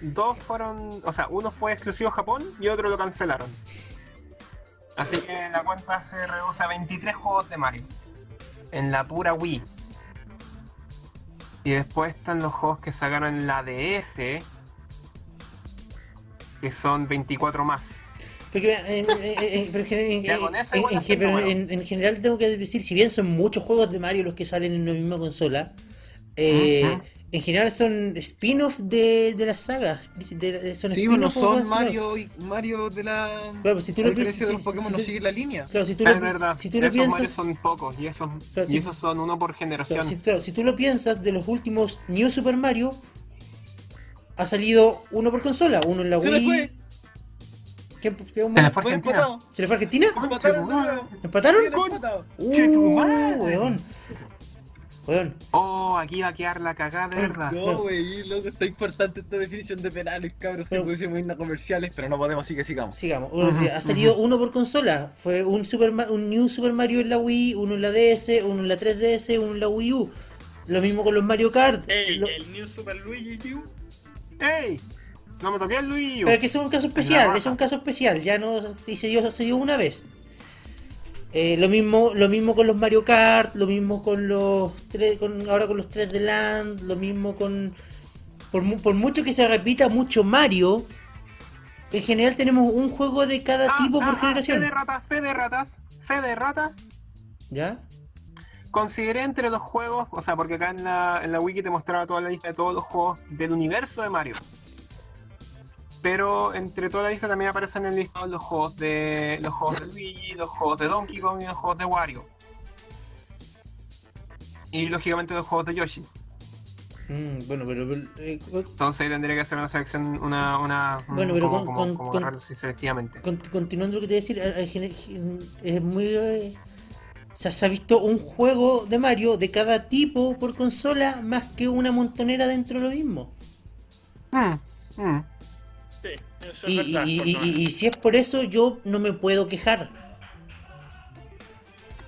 Speaker 4: dos fueron, o sea, uno fue exclusivo Japón y otro lo cancelaron. Así que la cuenta se reduce a 23 juegos de Mario. En la pura Wii. Y después están los juegos que sacaron en la DS. Que son 24 más.
Speaker 3: Porque eh, eh, eh, pero en gen- en-
Speaker 4: Ya, con eso
Speaker 3: en-
Speaker 4: igual
Speaker 3: en-
Speaker 4: hacen
Speaker 3: pero
Speaker 4: número.
Speaker 3: en- en general tengo que decir, si bien son muchos juegos de Mario los que salen en la misma consola, eh,
Speaker 4: Ujú.
Speaker 3: en general son spin-off de, de las sagas. de- de- son
Speaker 2: Sí,
Speaker 3: spin-off
Speaker 2: no
Speaker 3: o cosas
Speaker 2: son
Speaker 3: así.
Speaker 2: Mario, y- Mario de la.
Speaker 3: Claro, pues, si tú
Speaker 2: a
Speaker 3: lo
Speaker 2: diferencia de
Speaker 3: piensas, si-
Speaker 2: los Pokémon
Speaker 3: si-
Speaker 2: no
Speaker 3: si-
Speaker 2: sigue la línea.
Speaker 3: Claro, si tú
Speaker 4: Es
Speaker 3: lo,
Speaker 4: verdad.
Speaker 3: si tú lo
Speaker 4: esos Mario
Speaker 3: piensas,
Speaker 4: son pocos y esos,
Speaker 3: Pero
Speaker 4: y
Speaker 3: si-
Speaker 4: esos son uno por
Speaker 3: claro,
Speaker 4: generación.
Speaker 3: si, claro, si tú lo piensas, de los últimos New Super Mario ha salido uno por consola, uno en la
Speaker 2: Se le fue.
Speaker 3: Wii. ¿Quién- quién-
Speaker 4: Se la fue
Speaker 2: Fue
Speaker 4: Argentina.
Speaker 2: empatado.
Speaker 3: ¿Se le fue a Argentina?
Speaker 2: Empataron de nuevo.
Speaker 3: pues. ¿Empataron?
Speaker 2: Fue empatado.
Speaker 4: Che, tu
Speaker 3: Uh,
Speaker 4: madre.
Speaker 3: weón. Weón.
Speaker 4: Oh, aquí va a quedar la cagada de
Speaker 3: Ah,
Speaker 4: verdad.
Speaker 2: No, güey, loco, está importante esta definición de penales, cabros. Se
Speaker 3: Pero-
Speaker 2: pusimos irnos a comerciales, pero no podemos, así que sigamos.
Speaker 3: Sigamos. Ha salido uno por consola. Fue un, Super Ma- un New Super Mario en la Wii, uno en la DS, uno en la 3DS, uno en la Wii U. Lo mismo con los Mario Kart.
Speaker 5: Ey,
Speaker 3: Lo-
Speaker 5: el New Super Luigi U.
Speaker 4: ¡Ey! No me toqué el Luigi.
Speaker 3: Pero que ese es un caso
Speaker 4: La
Speaker 3: especial,
Speaker 4: raja.
Speaker 3: ese es un caso especial, ya no si se dio, se dio una vez. Eh, lo mismo, lo mismo con los Mario Kart, lo mismo con los tres, con, ahora con los tres de Land, lo mismo con por, mu- por mucho que se repita mucho Mario, en general tenemos un juego de cada
Speaker 4: Ah,
Speaker 3: tipo
Speaker 4: ah,
Speaker 3: por
Speaker 4: ah,
Speaker 3: generación.
Speaker 4: Fe de ratas, fe de ratas, fe de ratas.
Speaker 3: ¿Ya?
Speaker 4: Consideré entre los juegos, o sea, porque acá en la, en la wiki te mostraba toda la lista de todos los juegos del universo de Mario. Pero entre toda la lista también aparecen en el listado los juegos de los juegos de Luigi, los juegos de Donkey Kong y los juegos de Wario. Y lógicamente los juegos de Yoshi.
Speaker 3: Mm, bueno, pero, pero, eh,
Speaker 4: Entonces ahí tendría que hacer una selección, una, una
Speaker 3: Bueno, pero
Speaker 4: como-
Speaker 3: con-
Speaker 4: como-
Speaker 3: con-
Speaker 4: como
Speaker 3: con-
Speaker 4: agarrarlos así selectivamente.
Speaker 3: Con- continuando lo que te decir, a- a- gener- gen- es muy. eh, se, se ha visto un juego de Mario de cada tipo por consola más que una montonera dentro de lo mismo.
Speaker 4: Mm, mm.
Speaker 5: Sí, eso es
Speaker 3: Y,
Speaker 5: verdad.
Speaker 3: y-
Speaker 5: por
Speaker 3: y-
Speaker 5: lo
Speaker 3: y-
Speaker 5: menos.
Speaker 3: y si es por eso, yo no me puedo quejar.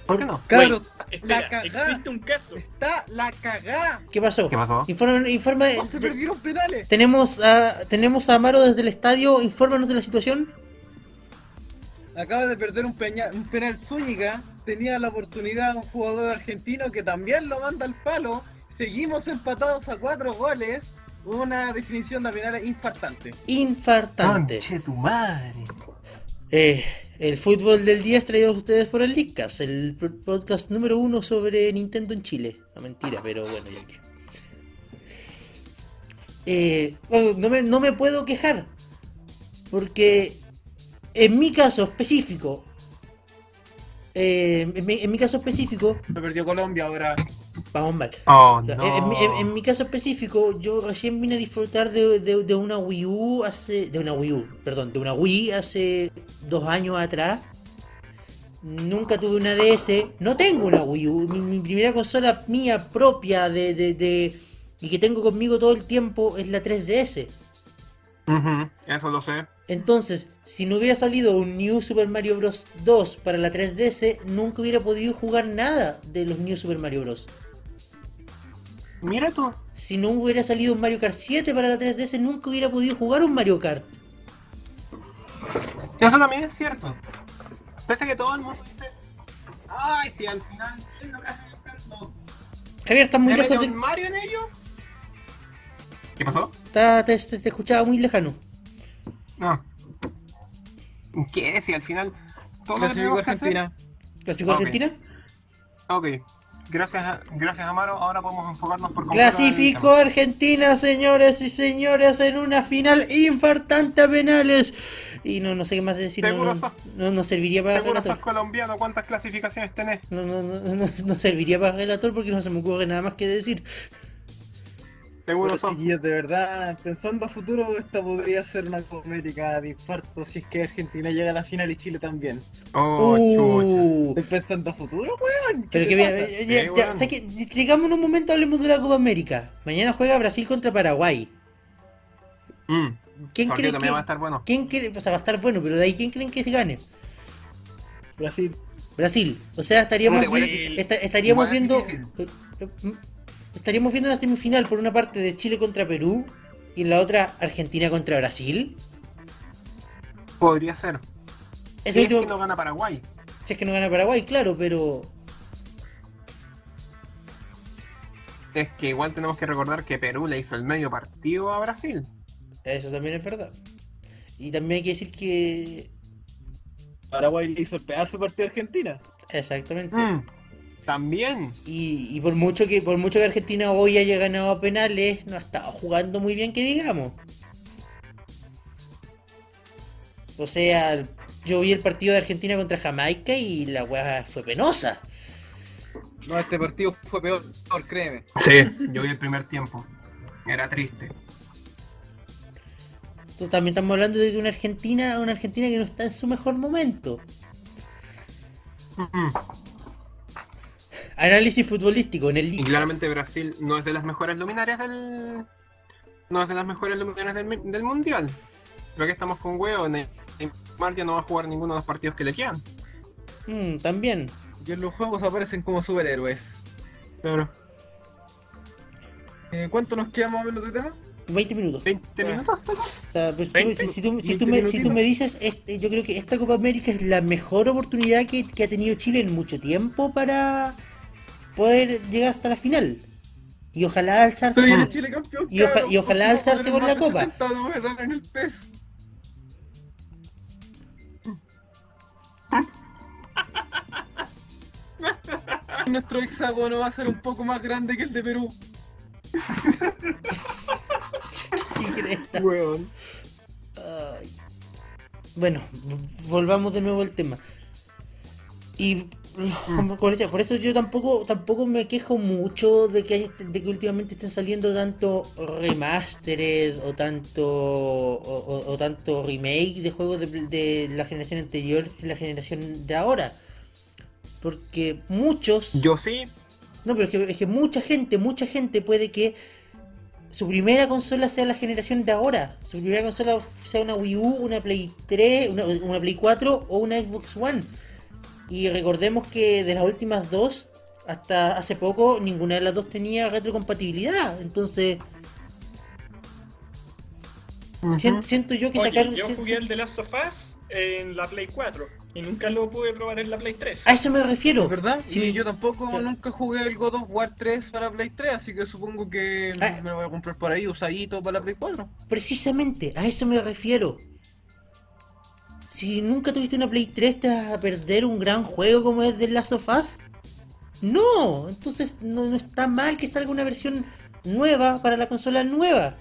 Speaker 4: ¿Por qué no?
Speaker 2: Cabros, la
Speaker 5: Espera,
Speaker 2: cagá.
Speaker 5: existe un caso.
Speaker 2: Está la cagá.
Speaker 3: ¿Qué pasó?
Speaker 4: ¿Qué pasó?
Speaker 3: Informa. informa-
Speaker 2: No, se
Speaker 3: te-
Speaker 2: perdieron penales.
Speaker 3: tenemos, a, tenemos a Amaro desde el estadio. Infórmanos de la situación.
Speaker 2: Acaba de perder un, peña- un penal Zúñiga. Tenía la oportunidad un jugador argentino que también lo manda al palo. Seguimos empatados a cuatro goles. Una definición de penales infartante.
Speaker 3: Infartante.
Speaker 4: Conche tu madre.
Speaker 3: Eh, el fútbol del día es traído a ustedes por el Leadcast, el pro- podcast número uno sobre Nintendo en Chile. No mentira, pero bueno, ya que. Eh, bueno, no, me, no me puedo quejar, porque en mi caso específico, eh, en, mi, en mi caso específico,
Speaker 2: Se perdió Colombia ahora.
Speaker 3: vamos mal.
Speaker 4: Oh,
Speaker 3: Ya,
Speaker 4: no.
Speaker 3: En, en- en Eh, mi em, caso específico, yo recién vine a disfrutar de, de- de una Wii U hace. De una Wii U, perdón, de una Wii hace dos años atrás. Nunca tuve una DS. No tengo una Wii U. Mi, mi primera consola mía propia de, de- de- y que tengo conmigo todo el tiempo es la 3DS.
Speaker 4: Ujú, Eso lo sé.
Speaker 3: Entonces, si no hubiera salido un New Super Mario Bros. 2 para la 3DS, nunca hubiera podido jugar nada de los New Super Mario Bros.
Speaker 4: Mira tú.
Speaker 3: Si no hubiera salido un Mario Kart 7 para la 3DS, nunca hubiera podido jugar un Mario Kart.
Speaker 4: Eso también es cierto. Pese a que todo el mundo dice, ay, si al final es lo que hace Nintendo.
Speaker 3: Javier, estás muy
Speaker 4: ¿Le mete
Speaker 3: lejos
Speaker 4: un
Speaker 3: de...
Speaker 4: Mario en ello? ¿Qué pasó?
Speaker 3: Está- te, te- te escuchaba muy lejano.
Speaker 4: No. ¿Qué? Si al final todo lo
Speaker 2: Clasificó
Speaker 4: que tenemos que hacer-
Speaker 2: Argentina.
Speaker 3: ¿Clasificó
Speaker 4: Ok.
Speaker 3: Argentina?
Speaker 4: Ok. Gracias, a- gracias Amaro. Ahora podemos enfocarnos por completo en el
Speaker 3: Clasificó Argentina, señores y señoras, en una final infartante a penales. Y no, no sé qué más decir. No,
Speaker 4: Seguro
Speaker 3: no,
Speaker 4: sos-
Speaker 3: no, no serviría
Speaker 4: tema.
Speaker 3: para
Speaker 4: Seguro
Speaker 3: relator.
Speaker 4: sos colombiano, ¿cuántas clasificaciones tenés?
Speaker 3: No, no, no, no, no serviría para relator porque no se me ocurre nada más que decir.
Speaker 4: Seguro
Speaker 2: Pero,
Speaker 4: sos...
Speaker 2: chiquillos, de verdad, pensando a futuro, esta podría ser una comédica de infarto si es que Argentina llega a la final y Chile también.
Speaker 4: Oh, chucha.
Speaker 3: Uh,
Speaker 2: ¿Estoy pensando a futuro, weón? ¿Qué
Speaker 3: Pero
Speaker 2: te
Speaker 3: que
Speaker 2: pasa?
Speaker 3: bien, ya,
Speaker 4: Sí,
Speaker 3: ya,
Speaker 4: bueno.
Speaker 3: ¿sabes qué? llegamos en un momento, hablemos de la Copa América. Mañana juega Brasil contra Paraguay.
Speaker 4: Mm.
Speaker 3: ¿Quién
Speaker 4: Sorteo
Speaker 3: cree
Speaker 4: también
Speaker 3: que,
Speaker 4: va a estar bueno.
Speaker 3: ¿Quién cree, o sea, va a estar bueno, pero de ahí quién creen que se gane?
Speaker 4: eh.
Speaker 2: Brasil.
Speaker 3: Brasil. O sea, estaríamos
Speaker 4: Brasil.
Speaker 3: vi- esta- estaríamos
Speaker 4: Igual es
Speaker 3: viendo eh, eh, estaríamos viendo una semifinal por una parte de Chile contra Perú y en la otra Argentina contra Brasil.
Speaker 4: Podría ser.
Speaker 3: Ese
Speaker 4: Si es
Speaker 3: último-
Speaker 4: que no gana Paraguay.
Speaker 3: Si es que no gana Paraguay, claro, pero
Speaker 4: Es que igual tenemos que recordar que Perú le hizo el medio partido a Brasil.
Speaker 3: eso también es verdad. Y también hay que decir que...
Speaker 6: Paraguay le hizo el pedazo de partido a Argentina.
Speaker 3: Exactamente.
Speaker 4: Mm, También.
Speaker 3: Y, y por mucho que por mucho que Argentina hoy haya ganado a penales, no ha estado jugando muy bien que digamos. O sea, yo vi el partido de Argentina contra Jamaica y la weá fue penosa.
Speaker 2: No, este partido fue peor, peor, créeme.
Speaker 4: Sí. Yo vi el primer tiempo. Era triste.
Speaker 3: Entonces también estamos hablando de una Argentina, una Argentina que no está en su mejor momento.
Speaker 4: Mm,
Speaker 3: Análisis futbolístico en el
Speaker 4: Y
Speaker 3: League
Speaker 4: claramente Brasil no es de las mejores luminarias del. No es de las mejores luminarias del, mi- del mundial. Pero que estamos con huevo. Ne- Neymar ya no va a jugar ninguno de los partidos que le quedan.
Speaker 3: Pass. Mm, también.
Speaker 2: Y en los juegos aparecen como superhéroes.
Speaker 4: Claro.
Speaker 2: Eh, ¿Cuánto nos queda más o menos de tema?
Speaker 3: 20 minutos.
Speaker 4: 20 minutos, tal vez.
Speaker 3: O sea, pues, tú-
Speaker 5: 20,
Speaker 3: si, si tú, si
Speaker 2: 20
Speaker 3: tú me, si tú
Speaker 2: minutitos.
Speaker 3: me dices, este, yo creo que esta Copa América es la mejor oportunidad que, que ha tenido Chile en mucho tiempo para poder llegar hasta la final. Y ojalá alzarse.
Speaker 2: Soy el
Speaker 3: con-
Speaker 2: Chile campeón.
Speaker 3: Y oja-
Speaker 2: cabrón,
Speaker 3: y ojalá
Speaker 2: porque vamos
Speaker 3: alzarse
Speaker 2: a
Speaker 3: con la
Speaker 2: tener más
Speaker 3: copa.
Speaker 2: de 70 de verdad en el peso. Nuestro hexágono va a ser un poco más grande que el de Perú.
Speaker 3: ¿Qué cresta?
Speaker 4: Hueón.
Speaker 3: Ay. Bueno, v- volvamos de nuevo al tema. Y como, como decía, por eso yo tampoco tampoco me quejo mucho de que, hay- este, de que últimamente estén saliendo tanto remastered o tanto o, o- o tanto remake de juegos de, pl- de la generación anterior y la generación de ahora. Porque muchos...
Speaker 4: Yo sí.
Speaker 3: No, pero es que, es que mucha gente, mucha gente puede que su primera consola sea la generación de ahora. Su primera consola sea una Wii U, una Play 3, una, una Play 4 o una Xbox One. Y recordemos que de las últimas dos, hasta hace poco, ninguna de las dos tenía retrocompatibilidad. Entonces, sien- siento yo que
Speaker 5: Oye,
Speaker 3: sacar...
Speaker 5: yo
Speaker 3: si- si-
Speaker 5: jugué el de Last of Us en la Play 4 y nunca lo pude probar en la Play 3.
Speaker 3: A eso me refiero.
Speaker 2: ¿Verdad?
Speaker 3: Si
Speaker 2: y
Speaker 3: mi-
Speaker 2: yo tampoco
Speaker 3: Claro.
Speaker 2: nunca jugué el God of War 3 para Play 3, así que supongo que
Speaker 3: Ah.
Speaker 2: me lo voy a comprar por ahí, usadito para la Play 4.
Speaker 3: Precisamente, a eso me refiero. Si nunca tuviste una Play 3, ¿te vas a perder un gran juego como es The Last of Us? No, entonces no, no está mal que salga una versión nueva para la consola nueva.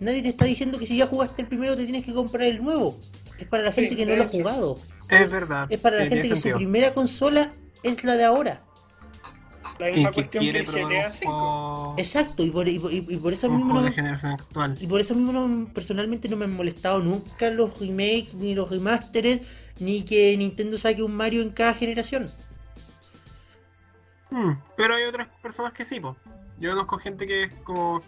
Speaker 3: Nadie te está diciendo que si ya jugaste el primero te tienes que comprar el nuevo. Es para la gente que no
Speaker 5: de
Speaker 3: lo ha
Speaker 5: hecho.
Speaker 3: jugado.
Speaker 4: Es verdad.
Speaker 3: Ah, Es para la
Speaker 4: Ah, Sí,
Speaker 3: gente
Speaker 4: tiene
Speaker 3: que su
Speaker 4: sentido.
Speaker 3: primera consola es la de ahora.
Speaker 5: La
Speaker 4: Y
Speaker 5: misma cuestión que
Speaker 4: quiere
Speaker 5: el
Speaker 4: probar
Speaker 5: GTA
Speaker 4: un
Speaker 5: 5.
Speaker 4: juego-
Speaker 3: Exacto, y por, y por- y por eso
Speaker 4: un
Speaker 3: mismo
Speaker 4: juego
Speaker 3: no,
Speaker 4: de generación actual.
Speaker 3: Y por eso mismo no- personalmente no me han molestado nunca los remakes, ni los remasteres, ni que Nintendo saque un Mario en cada generación.
Speaker 4: Mm, Pero hay otras personas que sí, po. Yo conozco gente que es como.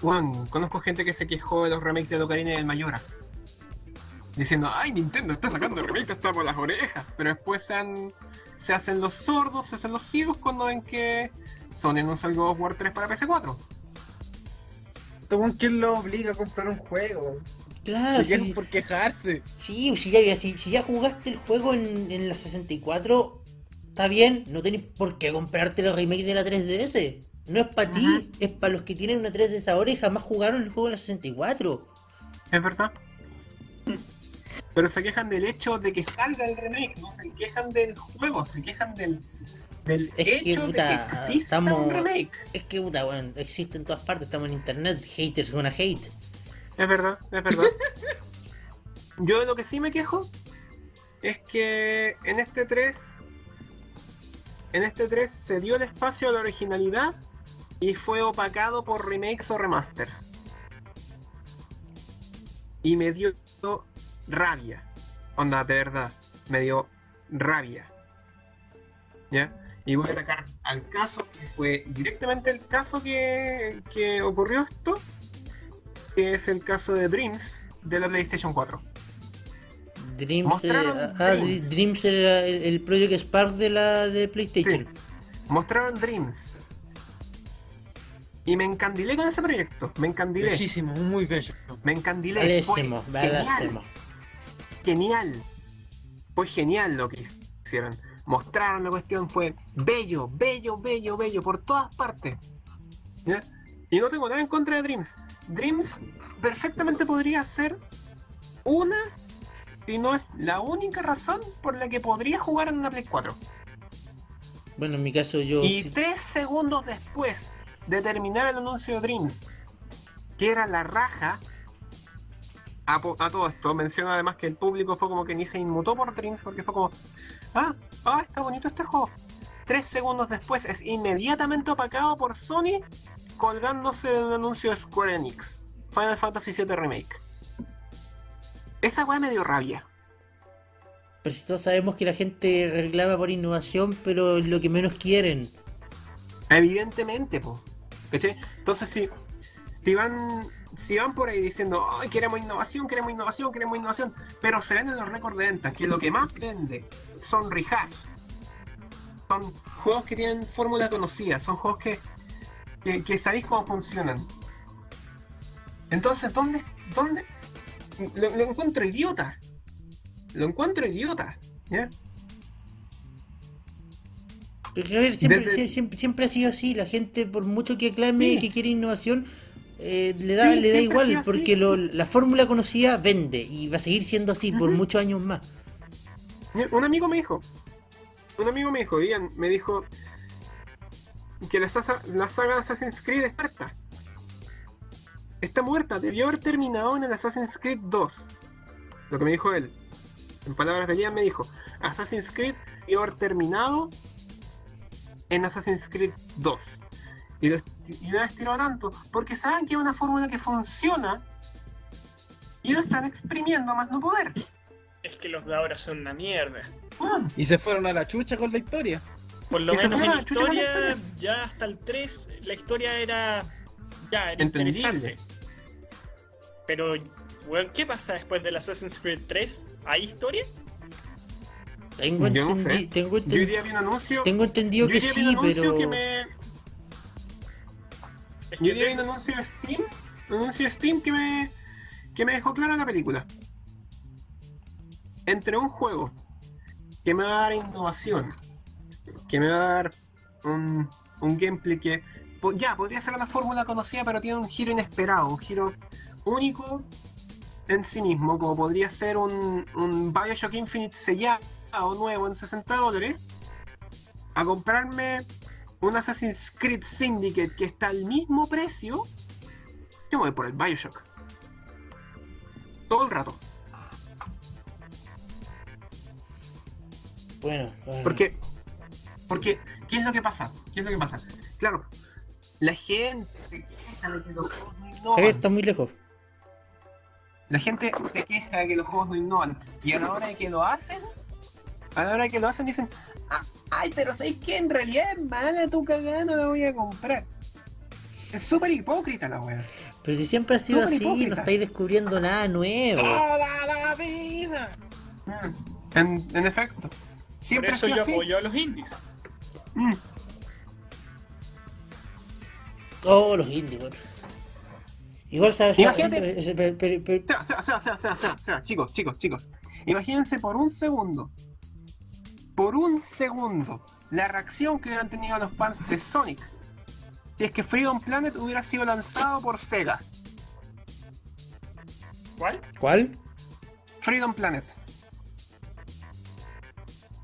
Speaker 4: Juan, conozco gente que se quejó de los remakes de Ocarina y del Mayora. Diciendo, ay, Nintendo está sacando remakes hasta por las orejas. Pero después se, han- se hacen los sordos, se hacen los ciegos cuando ven que Sony anuncia el God of War 3 para PC4.
Speaker 2: Este weón, ¿Quién lo obliga a comprar un juego?
Speaker 3: Claro,
Speaker 2: ¿Por qué
Speaker 3: Ah, sí,
Speaker 2: por quejarse?
Speaker 3: sí, si, ya, si, si ya jugaste el juego en, en la 64, está bien, no tenés por qué comprarte los remakes de la 3DS. No es para ti, es para los que tienen una 3DS ahora y jamás jugaron el juego en la 64.
Speaker 4: Es verdad. Pero se quejan del hecho de que salga el remake, no se quejan del juego, se quejan del, del
Speaker 3: Es que,
Speaker 4: hecho de que
Speaker 3: puta,
Speaker 4: exista
Speaker 3: estamos-
Speaker 4: un remake.
Speaker 3: Es que puta, bueno, existe en todas partes, estamos en internet, haters gonna hate.
Speaker 4: Es verdad, es verdad. Yo de lo que sí me quejo es que en este 3 en este 3 se dio el espacio a la originalidad y fue opacado por remakes o remasters. Y me dio rabia. Onda, de verdad, me dio rabia. ¿Ya? Y voy a atacar al caso, que fue directamente el caso que, que ocurrió esto que es el caso de Dreams de la PlayStation 4.
Speaker 3: Dreams, eh,
Speaker 4: Mostraron
Speaker 3: ah, ah,
Speaker 4: Dreams.
Speaker 3: Dr- Dreams era el, el Project Spark de la de PlayStation.
Speaker 4: Mostraron Dreams. Y me encandilé con ese proyecto. Me encandilé.
Speaker 2: Bellísimo, muy bello.
Speaker 4: Me encandilé. Fue
Speaker 3: Malísimo,
Speaker 4: genial,
Speaker 3: malísimo.
Speaker 4: genial. Fue genial lo que hicieron. Mostraron la cuestión, fue bello, bello, bello, bello, por todas partes. ¿Ya? Y no tengo nada en contra de Dreams. Dreams perfectamente podría ser una, si no es la única razón por la que podría jugar en una Play 4.
Speaker 3: Bueno, en mi caso yo...
Speaker 4: Y
Speaker 3: sí-
Speaker 4: tres segundos después de terminar el anuncio de Dreams, que era la raja, a, po- a todo esto, menciona además que el público fue como que ni se inmutó por Dreams, porque fue como, ah, ah, está bonito este juego. Tres segundos después es inmediatamente opacado por Sony colgándose de un anuncio de Square Enix, Final Fantasy VII Remake. Esa weá me dio rabia.
Speaker 3: Pero pues si todos sabemos que la gente reclama por innovación, pero es lo que menos quieren.
Speaker 4: Evidentemente, po. ¿Cachai? Entonces, si, si, van, si van por ahí diciendo, ay, queremos innovación, queremos innovación, queremos innovación, pero se venden los récords de ventas, que lo que más vende son rehash. Son juegos que tienen fórmula conocida, son juegos que, que, que sabéis cómo funcionan. Entonces, ¿dónde? dónde? Lo, lo encuentro idiota. Lo encuentro idiota. ¿ya?
Speaker 3: Porque, a ver, siempre,
Speaker 4: Desde-
Speaker 3: sie- siempre, siempre ha sido así. La gente, por mucho que aclame
Speaker 4: Sí.
Speaker 3: que quiere innovación, eh, le da,
Speaker 4: Sí,
Speaker 3: le da
Speaker 4: siempre ha sido
Speaker 3: igual,
Speaker 4: así,
Speaker 3: porque lo- la fórmula conocida vende y va a seguir siendo así por
Speaker 4: Ujú.
Speaker 3: muchos años más.
Speaker 4: Un amigo me dijo, un amigo me dijo, Ian, me dijo que la, sasa- la saga de Assassin's Creed es muerta. Está muerta, debió haber terminado en el Assassin's Creed 2. Lo que me dijo él. En palabras de Ian me dijo, Assassin's Creed debió haber terminado en Assassin's Creed 2. Y lo, esti- y lo han estirado tanto, porque saben que es una fórmula que funciona y lo están exprimiendo a más no poder.
Speaker 5: Es que los de ahora son una mierda.
Speaker 4: Ah.
Speaker 6: Y se fueron a la chucha con la historia.
Speaker 5: Por lo
Speaker 4: Y se
Speaker 5: menos en
Speaker 4: fueron a la chucha con la
Speaker 5: historia, ya hasta el 3, la historia era. Ya, era
Speaker 4: Entendible.
Speaker 5: interesante. Pero, weón, ¿qué pasa después del Assassin's Creed 3? ¿Hay historia?
Speaker 3: Tengo,
Speaker 4: Yo no sé.
Speaker 3: entendi- tengo, enten-
Speaker 4: Yo hoy día vi un anuncio.
Speaker 3: tengo entendido
Speaker 4: yo
Speaker 3: que
Speaker 4: hoy día vi un
Speaker 3: sí,
Speaker 4: anuncio
Speaker 3: pero...
Speaker 4: que me-
Speaker 5: Es
Speaker 4: yo hoy día
Speaker 5: que
Speaker 4: vi un
Speaker 5: tengo-
Speaker 4: anuncio de Steam. Un anuncio de Steam que me. que me dejó clara la película. Entre un juego que me va a dar innovación. Que me va a dar un, un gameplay que. po- Ya, podría ser una fórmula conocida, pero tiene un giro inesperado, un giro único en sí mismo, como podría ser un, un Bioshock Infinite sellado nuevo en 60 dólares, a comprarme un Assassin's Creed Syndicate que está al mismo precio, yo me voy por el Bioshock. Todo el rato.
Speaker 3: Bueno, ah,
Speaker 4: Porque, porque, ¿qué es lo que pasa? ¿Qué es lo que pasa? Claro, la gente se queja de que los juegos no innovan.
Speaker 3: Javier está muy lejos.
Speaker 4: La gente se queja de que los juegos no innovan. Y a la hora de que lo hacen, a la hora de que lo hacen dicen, "Ah, ay, pero ¿sabes qué? En realidad es mala tu cagada, no la voy a comprar. Es súper hipócrita la wea.
Speaker 3: Pero si siempre ha sido
Speaker 4: Súper
Speaker 3: así, no
Speaker 4: hipócrita.
Speaker 3: estáis descubriendo nada nuevo.
Speaker 6: ¡Toda la vida!
Speaker 4: Mm, En, en efecto.
Speaker 5: Por
Speaker 4: Siempre ha
Speaker 5: eso
Speaker 4: sido
Speaker 5: yo
Speaker 4: así.
Speaker 5: apoyo a los indies.
Speaker 4: Mm,
Speaker 3: Oh, los indies, bueno. Igual sabes,
Speaker 4: Imagínate.
Speaker 3: ese- ese- pe- pe- pe-
Speaker 4: sea, sea, sea, sea, sea, sea, sea, chicos, chicos, chicos. Imagínense por un segundo. Por un segundo. La reacción que hubieran tenido los fans de Sonic. Si es que Freedom Planet hubiera sido lanzado por Sega.
Speaker 5: ¿Cuál?
Speaker 3: ¿Cuál?
Speaker 4: Freedom Planet.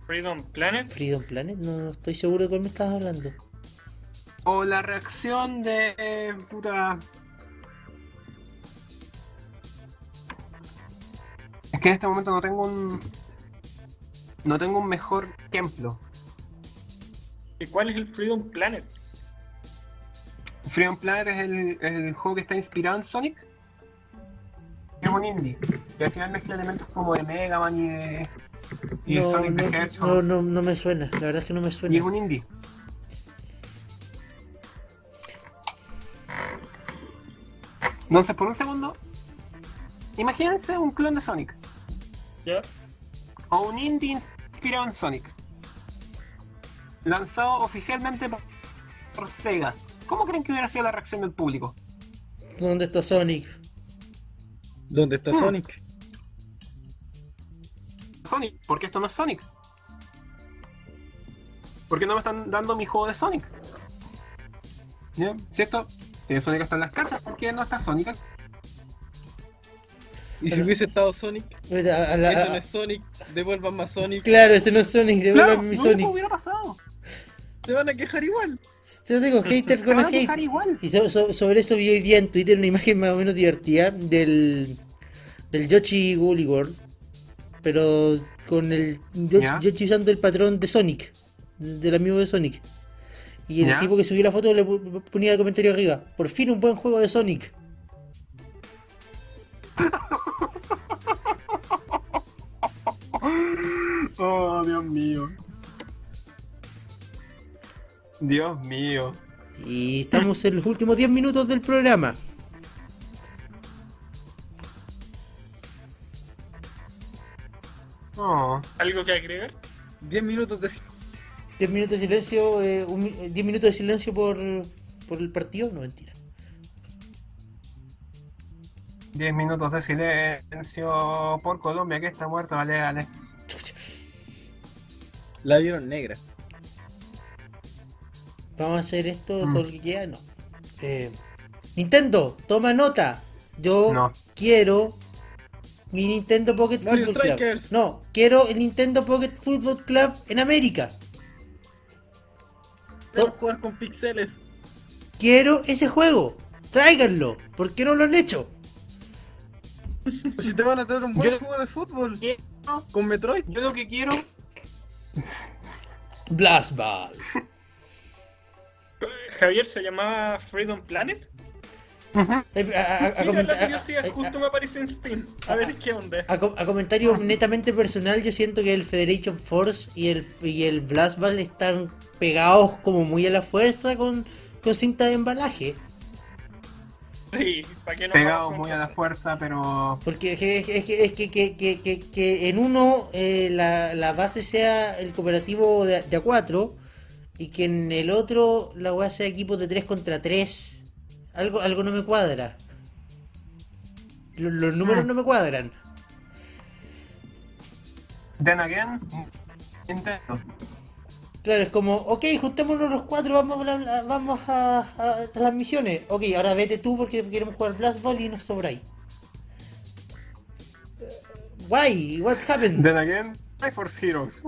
Speaker 5: Freedom Planet.
Speaker 3: Freedom Planet, no, no estoy seguro de cuál me estás hablando.
Speaker 4: O la reacción de. eh, puta. Es que en este momento no tengo un. No tengo un mejor ejemplo.
Speaker 5: ¿Y cuál es el Freedom Planet?
Speaker 4: Freedom Planet es el, es el juego que está inspirado en Sonic. Es un indie. Que al final mezcla elementos como de Mega Man y de. Y
Speaker 3: No,
Speaker 4: Sonic the
Speaker 3: no,
Speaker 4: Hedgehog.
Speaker 3: no, no, no me suena, la verdad es que no me
Speaker 4: Y es
Speaker 3: suena.
Speaker 4: un indie. Entonces, por un segundo, imagínense un clon de Sonic
Speaker 5: ¿Ya?
Speaker 4: o un indie inspirado en Sonic, lanzado oficialmente por por Sega, ¿Cómo creen que hubiera sido la reacción del público?
Speaker 3: ¿Dónde está Sonic?
Speaker 2: ¿Dónde está Sonic?
Speaker 4: Sonic, porque esto no es Sonic. ¿Por qué no me están dando mi juego de Sonic? ¿Ya? Si esto, eh, Sonic está en las cartas, ¿por qué no está Sonic? aquí?
Speaker 2: Y si hubiese estado Sonic,
Speaker 3: A la- a la-
Speaker 2: esto no es Sonic, devuelvan más Sonic.
Speaker 3: Claro, ese no es Sonic, de
Speaker 4: Claro,
Speaker 3: mi
Speaker 4: no
Speaker 3: Sonic.
Speaker 4: hubiera pasado.
Speaker 2: Te van a quejar igual.
Speaker 3: Yo tengo haters
Speaker 4: Te
Speaker 3: con
Speaker 4: van
Speaker 3: el
Speaker 4: a dejar
Speaker 3: hate.
Speaker 4: igual.
Speaker 3: Y so- so- sobre eso vi hoy día en Twitter una imagen más o menos divertida del, del Yoshi Woolly World, pero con el Yoshi,
Speaker 4: Ya.
Speaker 3: Yoshi usando el patrón de Sonic, de- del amigo de Sonic. Y el
Speaker 4: Ya.
Speaker 3: tipo que subió la foto le pu- ponía el comentario arriba, por fin un buen juego de Sonic.
Speaker 4: Oh, Dios mío. Dios mío.
Speaker 3: Y estamos en los últimos 10 minutos del programa.
Speaker 4: Oh.
Speaker 5: ¿Algo que agregar?
Speaker 2: 10 minutos de
Speaker 3: 10 minutos de silencio, eh, un mi- eh, 10 minutos de silencio por, por el partido, no mentira.
Speaker 4: 10 minutos de silencio por Colombia, que está muerto, vale, vale.
Speaker 3: Chucha.
Speaker 2: la vieron negra.
Speaker 3: Vamos a hacer esto
Speaker 4: Mm.
Speaker 3: todo lo que queda, no. Eh, Nintendo, toma nota. Yo
Speaker 4: No.
Speaker 3: quiero mi Nintendo Pocket
Speaker 2: Mario
Speaker 3: Football Club.
Speaker 2: Strikers.
Speaker 3: No, quiero el Nintendo Pocket Football Club en América.
Speaker 2: Deben jugar con pixeles.
Speaker 3: Quiero ese juego. Tráiganlo. ¿Por qué no lo han hecho?
Speaker 2: Si te van a traer un buen
Speaker 4: Yo-
Speaker 2: juego de fútbol
Speaker 4: Quiero-
Speaker 2: con Metroid.
Speaker 4: Yo lo que quiero,
Speaker 3: Blast Ball.
Speaker 5: Javier se llamaba Freedom Planet.
Speaker 3: Eh, a- a- a
Speaker 5: Mira
Speaker 3: comentar-
Speaker 5: la
Speaker 3: a-
Speaker 5: curiosidad,
Speaker 3: a-
Speaker 5: justo me aparece en Steam. A ver qué onda.
Speaker 3: A, com- a comentarios netamente personal, yo siento que el Federation Force y el, y el Blast Ball están pegados como muy a la fuerza con, con cinta de embalaje.
Speaker 5: Sí, para que no
Speaker 4: pegado
Speaker 5: vamos con
Speaker 4: muy a la
Speaker 5: cosas.
Speaker 4: fuerza, pero
Speaker 3: Porque es que, es que, es que, que, que, que- que en uno eh, la, la base sea el cooperativo de, de A4 y que en el otro la weá sea equipos de 3 contra 3. Algo, algo no me cuadra. Lo- Los, números
Speaker 4: Mm.
Speaker 3: no me cuadran.
Speaker 4: then again, Nintendo.
Speaker 3: Claro, es como, ok, juntémonos los cuatro, vamos, a la- vamos a, a las misiones. Ok, ahora vete tú porque queremos jugar Blast Ball y nos sobráis. Eh, Why? What happened?
Speaker 4: Then again, Triforce Heroes.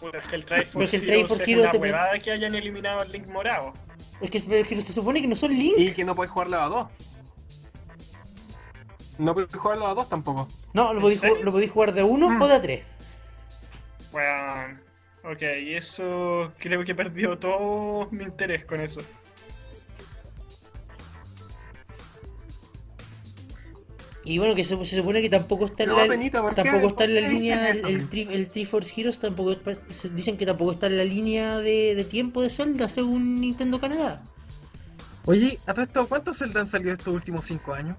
Speaker 5: Puta, es que el Triforce
Speaker 3: Porque el
Speaker 5: Heroes
Speaker 3: Triforce
Speaker 5: es
Speaker 3: Hero
Speaker 5: una
Speaker 3: te-
Speaker 5: huevada que hayan eliminado el Link morado.
Speaker 3: Es que, es que se supone que no son Link.
Speaker 4: Y que no podéis jugarlo a dos. No podéis jugarlo a dos tampoco.
Speaker 3: No, lo podéis,
Speaker 5: serio?
Speaker 3: ju- lo podéis jugar de a uno
Speaker 4: Mm.
Speaker 3: o de a tres.
Speaker 5: Bueno, ok, y eso creo que perdió todo mi interés con eso.
Speaker 3: Y bueno, que se, se supone que tampoco está en
Speaker 4: No,
Speaker 3: la,
Speaker 4: Benito, ¿por qué?
Speaker 3: tampoco está en la
Speaker 4: ¿Por qué
Speaker 3: línea el,
Speaker 4: dicen eso?
Speaker 3: el, tri, el Triforce Heroes tampoco es- se- dicen que tampoco está en la línea de, de tiempo de Zelda según Nintendo Canadá.
Speaker 2: Oye, ¿a todo esto cuántos Zelda han salido estos últimos 5 años?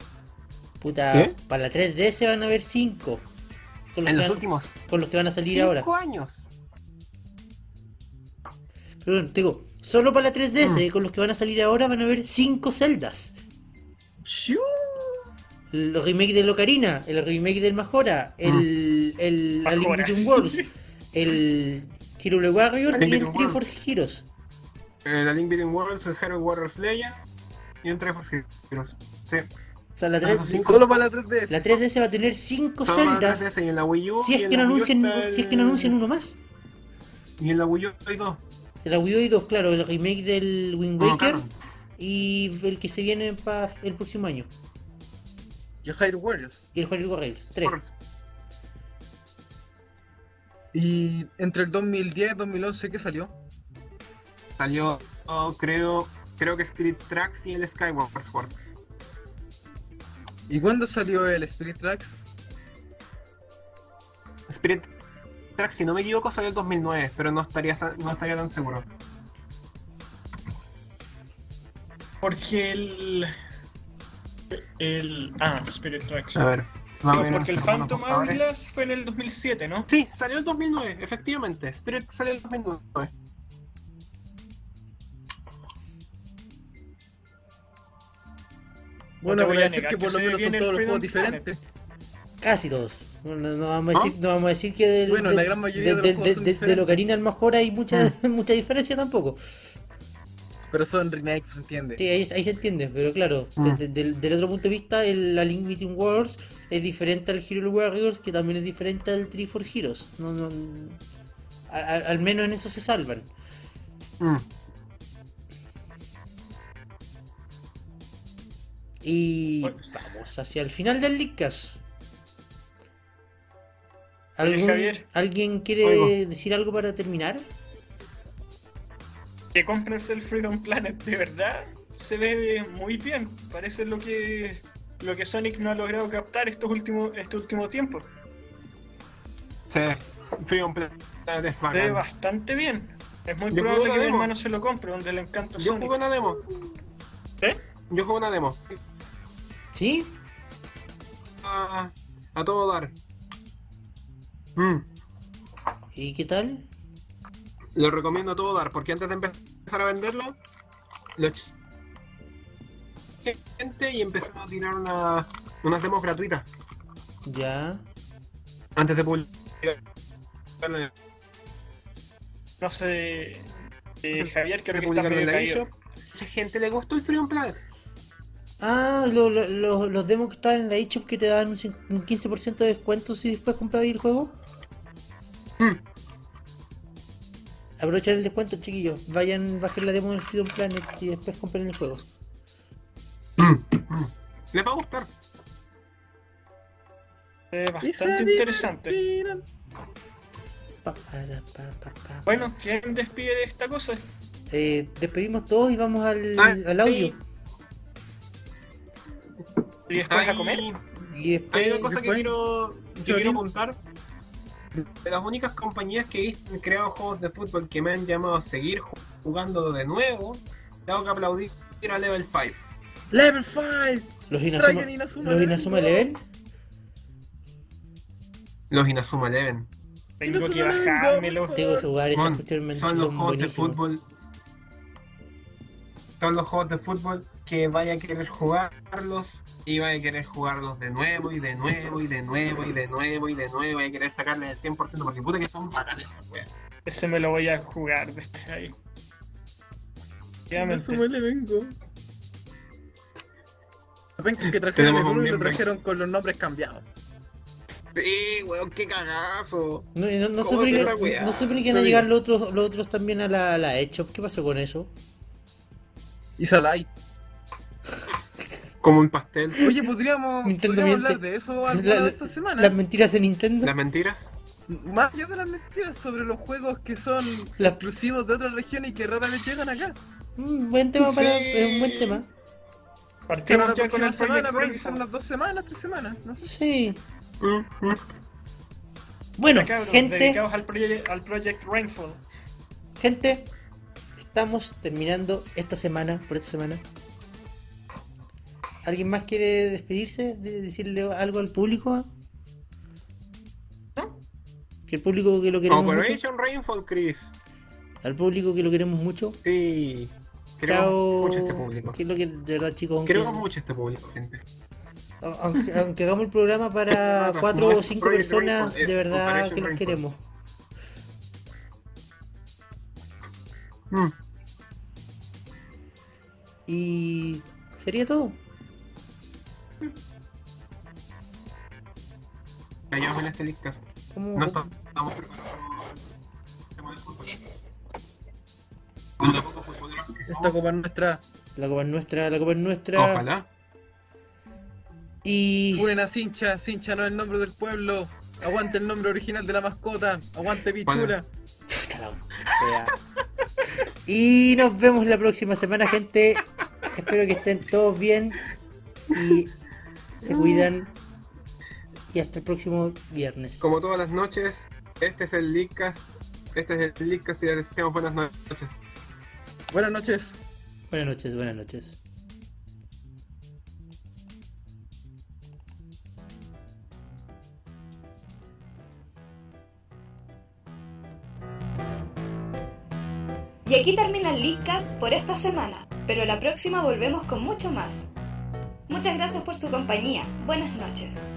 Speaker 3: Puta,
Speaker 4: ¿Qué?
Speaker 3: para la 3DS van a haber 5 con, los
Speaker 4: En
Speaker 3: que
Speaker 4: los
Speaker 3: van-
Speaker 4: últimos
Speaker 3: con los que van a salir ahora.
Speaker 4: 5 años.
Speaker 3: Pero bueno, te digo, solo para la 3DS con los que van a salir ahora van a haber 5 Zeldas.
Speaker 2: ¡Chiu!
Speaker 3: El remake del Ocarina, el remake del Majora, el, el A Link
Speaker 5: Majora.
Speaker 3: Between Worlds, el Hero Warriors
Speaker 4: A Link
Speaker 3: y el
Speaker 4: Between
Speaker 3: Triforce Heroes.
Speaker 4: Eh, la Link Between Worlds, el Hero Warriors Legends y el Triforce Heroes. Sí.
Speaker 3: O sea, la,
Speaker 4: Ah,
Speaker 3: tres-
Speaker 4: sí.
Speaker 2: Solo para la 3DS.
Speaker 3: la 3DS va a tener 5
Speaker 4: Solo para
Speaker 3: celdas
Speaker 4: 3DS y en la Wii U,
Speaker 3: si
Speaker 4: y
Speaker 3: es,
Speaker 4: en
Speaker 3: que no
Speaker 4: la Wii U
Speaker 3: anuncian,
Speaker 4: está
Speaker 3: si es que no
Speaker 4: el-
Speaker 3: anuncian uno más.
Speaker 4: Y en la Wii U hay dos.
Speaker 3: Se la Wii U y dos, claro, el remake del Wind
Speaker 4: No,
Speaker 3: Waker
Speaker 4: claro.
Speaker 3: y el que se viene para el próximo año.
Speaker 2: Y el Hyrule Warriors.
Speaker 3: Y el Hyrule Warriors, 3.
Speaker 4: Worlds.
Speaker 2: Y entre el 2010 y 2011, ¿qué salió?
Speaker 4: Salió, oh, creo, creo que Spirit Tracks y el Skyward Sword.
Speaker 2: ¿Y cuándo salió el Spirit Tracks?
Speaker 4: Spirit Tracks, si no me equivoco, salió el 2009, pero no estaría, sa- no estaría tan seguro.
Speaker 5: Porque el. El. Ah, Spirit Tracks.
Speaker 4: A ver.
Speaker 5: Sí,
Speaker 4: vamos a ver
Speaker 5: porque el
Speaker 4: unos segundos,
Speaker 5: Phantom
Speaker 4: por favor.
Speaker 5: Hourglass fue en el 2007, ¿no?
Speaker 4: Sí, salió el 2009, efectivamente. Spirit salió el 2009.
Speaker 2: Bueno,
Speaker 5: te voy
Speaker 2: voy
Speaker 5: a
Speaker 2: a decir
Speaker 5: negar
Speaker 2: que
Speaker 5: que
Speaker 2: por lo
Speaker 5: se
Speaker 2: menos
Speaker 5: ve
Speaker 2: son
Speaker 5: bien
Speaker 2: todos los
Speaker 5: el este
Speaker 2: juegos
Speaker 5: Freedom Planet.
Speaker 2: diferentes.
Speaker 3: Casi todos. No, no- no vamos a decir, no vamos a decir que del,
Speaker 2: Bueno,
Speaker 3: del-
Speaker 2: la gran mayoría de
Speaker 3: del-
Speaker 2: los
Speaker 3: del-
Speaker 2: juegos son
Speaker 3: del- del
Speaker 2: diferentes.
Speaker 3: Ocarina al mejor hay mucha, mucha diferencia tampoco.
Speaker 2: Pero son remakes, ¿se entiende?
Speaker 3: Sí, ahí, ahí se entiende, pero claro,
Speaker 4: Mm.
Speaker 3: de- de- del, del otro punto de vista, el, la Link Between Worlds es diferente al Hero Warriors, que también es diferente al 3 for Heroes. No, no, a- a- al menos en eso se salvan.
Speaker 4: Mm.
Speaker 3: Y vamos hacia el final del Leadcast. ¿Algún-
Speaker 5: Javier.
Speaker 3: ¿Alguien quiere
Speaker 4: Oigo.
Speaker 3: decir algo para terminar?
Speaker 5: que compres el Freedom Planet, de verdad, se ve muy bien. Parece lo que lo que Sonic no ha logrado captar estos últimos este último tiempo.
Speaker 4: Sí, Freedom Planet es
Speaker 5: Se ve
Speaker 4: bacán.
Speaker 5: bastante bien. Es muy
Speaker 4: Yo jugué
Speaker 5: probable
Speaker 4: la
Speaker 5: que mi
Speaker 4: demo.
Speaker 5: hermano se lo compre, donde le encanta
Speaker 4: Yo jugué
Speaker 5: Sonic.
Speaker 4: una demo.
Speaker 5: ¿Eh?
Speaker 4: Yo jugué una demo.
Speaker 3: ¿Sí?
Speaker 4: A, a todo dar. Mm.
Speaker 3: ¿Y qué tal?
Speaker 4: Lo recomiendo a todo dar, porque antes de empezar a venderlo, lo eché gente y empezó a tirar una- unas demos gratuitas
Speaker 3: Ya.
Speaker 4: antes de publicar.
Speaker 5: No sé, eh, Javier, creo que está
Speaker 4: publicaron en
Speaker 5: medio
Speaker 4: la
Speaker 5: caído.
Speaker 4: eShop. Mucha gente le gustó el Freedom Planet.
Speaker 3: Ah, lo- lo- lo- los demos que estaban en la eShop que te daban un cin- un 15% de descuento si después comprabas el juego.
Speaker 4: Mm.
Speaker 3: Aprovechar el descuento, chiquillos. Vayan, bajen la demo del Freedom Planet y después compren el juego.
Speaker 4: Les va a gustar.
Speaker 5: Se
Speaker 2: Y se
Speaker 5: ve Eh, bastante interesante.
Speaker 2: divertirán.
Speaker 3: Pa, para, pa, pa, pa.
Speaker 5: Bueno, ¿quién despide de esta cosa?
Speaker 3: Eh, despedimos todos y vamos al,
Speaker 4: Ah,
Speaker 3: al audio.
Speaker 4: sí.
Speaker 5: ¿Y después a
Speaker 4: Ahí-
Speaker 5: comer?
Speaker 3: Y después.
Speaker 4: Hay una cosa que
Speaker 2: después-
Speaker 4: quiero, que
Speaker 2: ¿Qué
Speaker 4: quiero
Speaker 2: haría?
Speaker 4: apuntar. De las únicas compañías que han creado juegos de fútbol que me han llamado a seguir jugando de nuevo, tengo que aplaudir a Level 5.
Speaker 2: Level 5.
Speaker 3: Los
Speaker 2: Traigan Inazuma
Speaker 3: Inazuma, los
Speaker 2: Eleven
Speaker 3: Inazuma
Speaker 2: dos.
Speaker 3: Eleven.
Speaker 4: Los Inazuma Eleven.
Speaker 5: Tengo que
Speaker 2: Inazuma Eleven,
Speaker 5: bajármelo.
Speaker 2: por
Speaker 3: Tengo que jugar esas
Speaker 4: Mon,
Speaker 3: cuestiones, man,
Speaker 4: son los
Speaker 3: son
Speaker 4: juegos de
Speaker 3: buenísimos.
Speaker 4: fútbol. Son los juegos de fútbol que vaya a querer jugarlos y vaya a querer jugarlos de nuevo y de nuevo y de nuevo y de nuevo y de nuevo. Vaya a querer sacarles el 100% porque puta que son bacanes esas weas.
Speaker 5: Ese me lo voy a jugar después ahí.
Speaker 2: No
Speaker 5: Obviamente.
Speaker 2: súmale, vengo. Ven que trajeron
Speaker 4: Tenemos
Speaker 2: el
Speaker 4: un
Speaker 2: uno y lo
Speaker 4: miembro.
Speaker 2: trajeron con los nombres cambiados.
Speaker 4: Sí, weón, qué cagazo.
Speaker 3: No, no, no,
Speaker 4: ¿Cómo
Speaker 3: supone
Speaker 4: es
Speaker 3: que,
Speaker 4: esa weá?
Speaker 3: no supone que van
Speaker 4: No
Speaker 3: a llegar
Speaker 4: digas.
Speaker 3: los otros, los otros también a la, a la eShop. ¿Qué pasó con eso?
Speaker 2: Y Salai.
Speaker 4: Como un pastel.
Speaker 2: Oye, podríamos,
Speaker 3: Nintendo
Speaker 2: podríamos
Speaker 3: miente.
Speaker 2: hablar de eso alguna
Speaker 3: La-
Speaker 2: de esta semana.
Speaker 3: Las mentiras de Nintendo.
Speaker 4: Las mentiras.
Speaker 2: Más allá de las mentiras sobre los juegos que son
Speaker 3: La-
Speaker 2: exclusivos de otras regiones y que rara vez llegan acá.
Speaker 3: Mm, buen tema para.
Speaker 4: Sí.
Speaker 3: Es un buen tema.
Speaker 5: Partimos
Speaker 2: Pero la
Speaker 5: ya con
Speaker 2: próxima
Speaker 5: el
Speaker 2: semana,
Speaker 5: Project
Speaker 2: pero
Speaker 5: Crimson.
Speaker 2: son las dos semanas, tres semanas. No sé.
Speaker 3: Sí.
Speaker 4: Mm, mm.
Speaker 3: Bueno,
Speaker 5: Cabros,
Speaker 3: gente,
Speaker 5: dedicados al, proye- al Project Rainfall.
Speaker 3: gente. Estamos terminando esta semana, por esta semana. ¿Alguien más quiere despedirse? ¿De- ¿Decirle algo al público? Que el público que lo queremos mucho.
Speaker 4: Operation Rainfall, Chris.
Speaker 3: Al público que lo queremos mucho.
Speaker 4: Sí. Queremos
Speaker 3: Chao.
Speaker 4: mucho a este público.
Speaker 3: Que es lo que de verdad, chicos. aunque-
Speaker 4: Queremos mucho a este público, gente.
Speaker 3: Aunque, aunque hagamos el programa para
Speaker 4: Nada,
Speaker 3: cuatro
Speaker 4: no
Speaker 3: o
Speaker 4: es
Speaker 3: cinco
Speaker 4: Project
Speaker 3: personas,
Speaker 4: Rainfall, es
Speaker 3: de verdad
Speaker 4: Operation
Speaker 3: que los
Speaker 4: Rainfall.
Speaker 3: queremos.
Speaker 4: Mm.
Speaker 3: Y sería todo.
Speaker 4: Callamos en este discast.
Speaker 3: ¿Cómo-
Speaker 4: No estamos
Speaker 2: Esta
Speaker 4: preparados.
Speaker 2: copa es nuestra.
Speaker 3: La copa es nuestra, la copa es nuestra.
Speaker 4: Ojalá.
Speaker 3: Y
Speaker 2: Unen a Cincha, Cincha no es el nombre del pueblo. Aguante el nombre original de la mascota. Aguante Pichula.
Speaker 3: Puta la wea. Y nos vemos la próxima semana, gente. Espero que estén todos bien y se cuidan. Y hasta el próximo viernes.
Speaker 4: Como todas las noches, este es el Leadcast. Este es el Leadcast y les deseamos buenas noches.
Speaker 2: Buenas noches.
Speaker 3: Buenas noches, buenas noches.
Speaker 1: Y aquí termina el Leadcast por esta semana, pero la próxima volvemos con mucho más. Muchas gracias por su compañía. Buenas noches.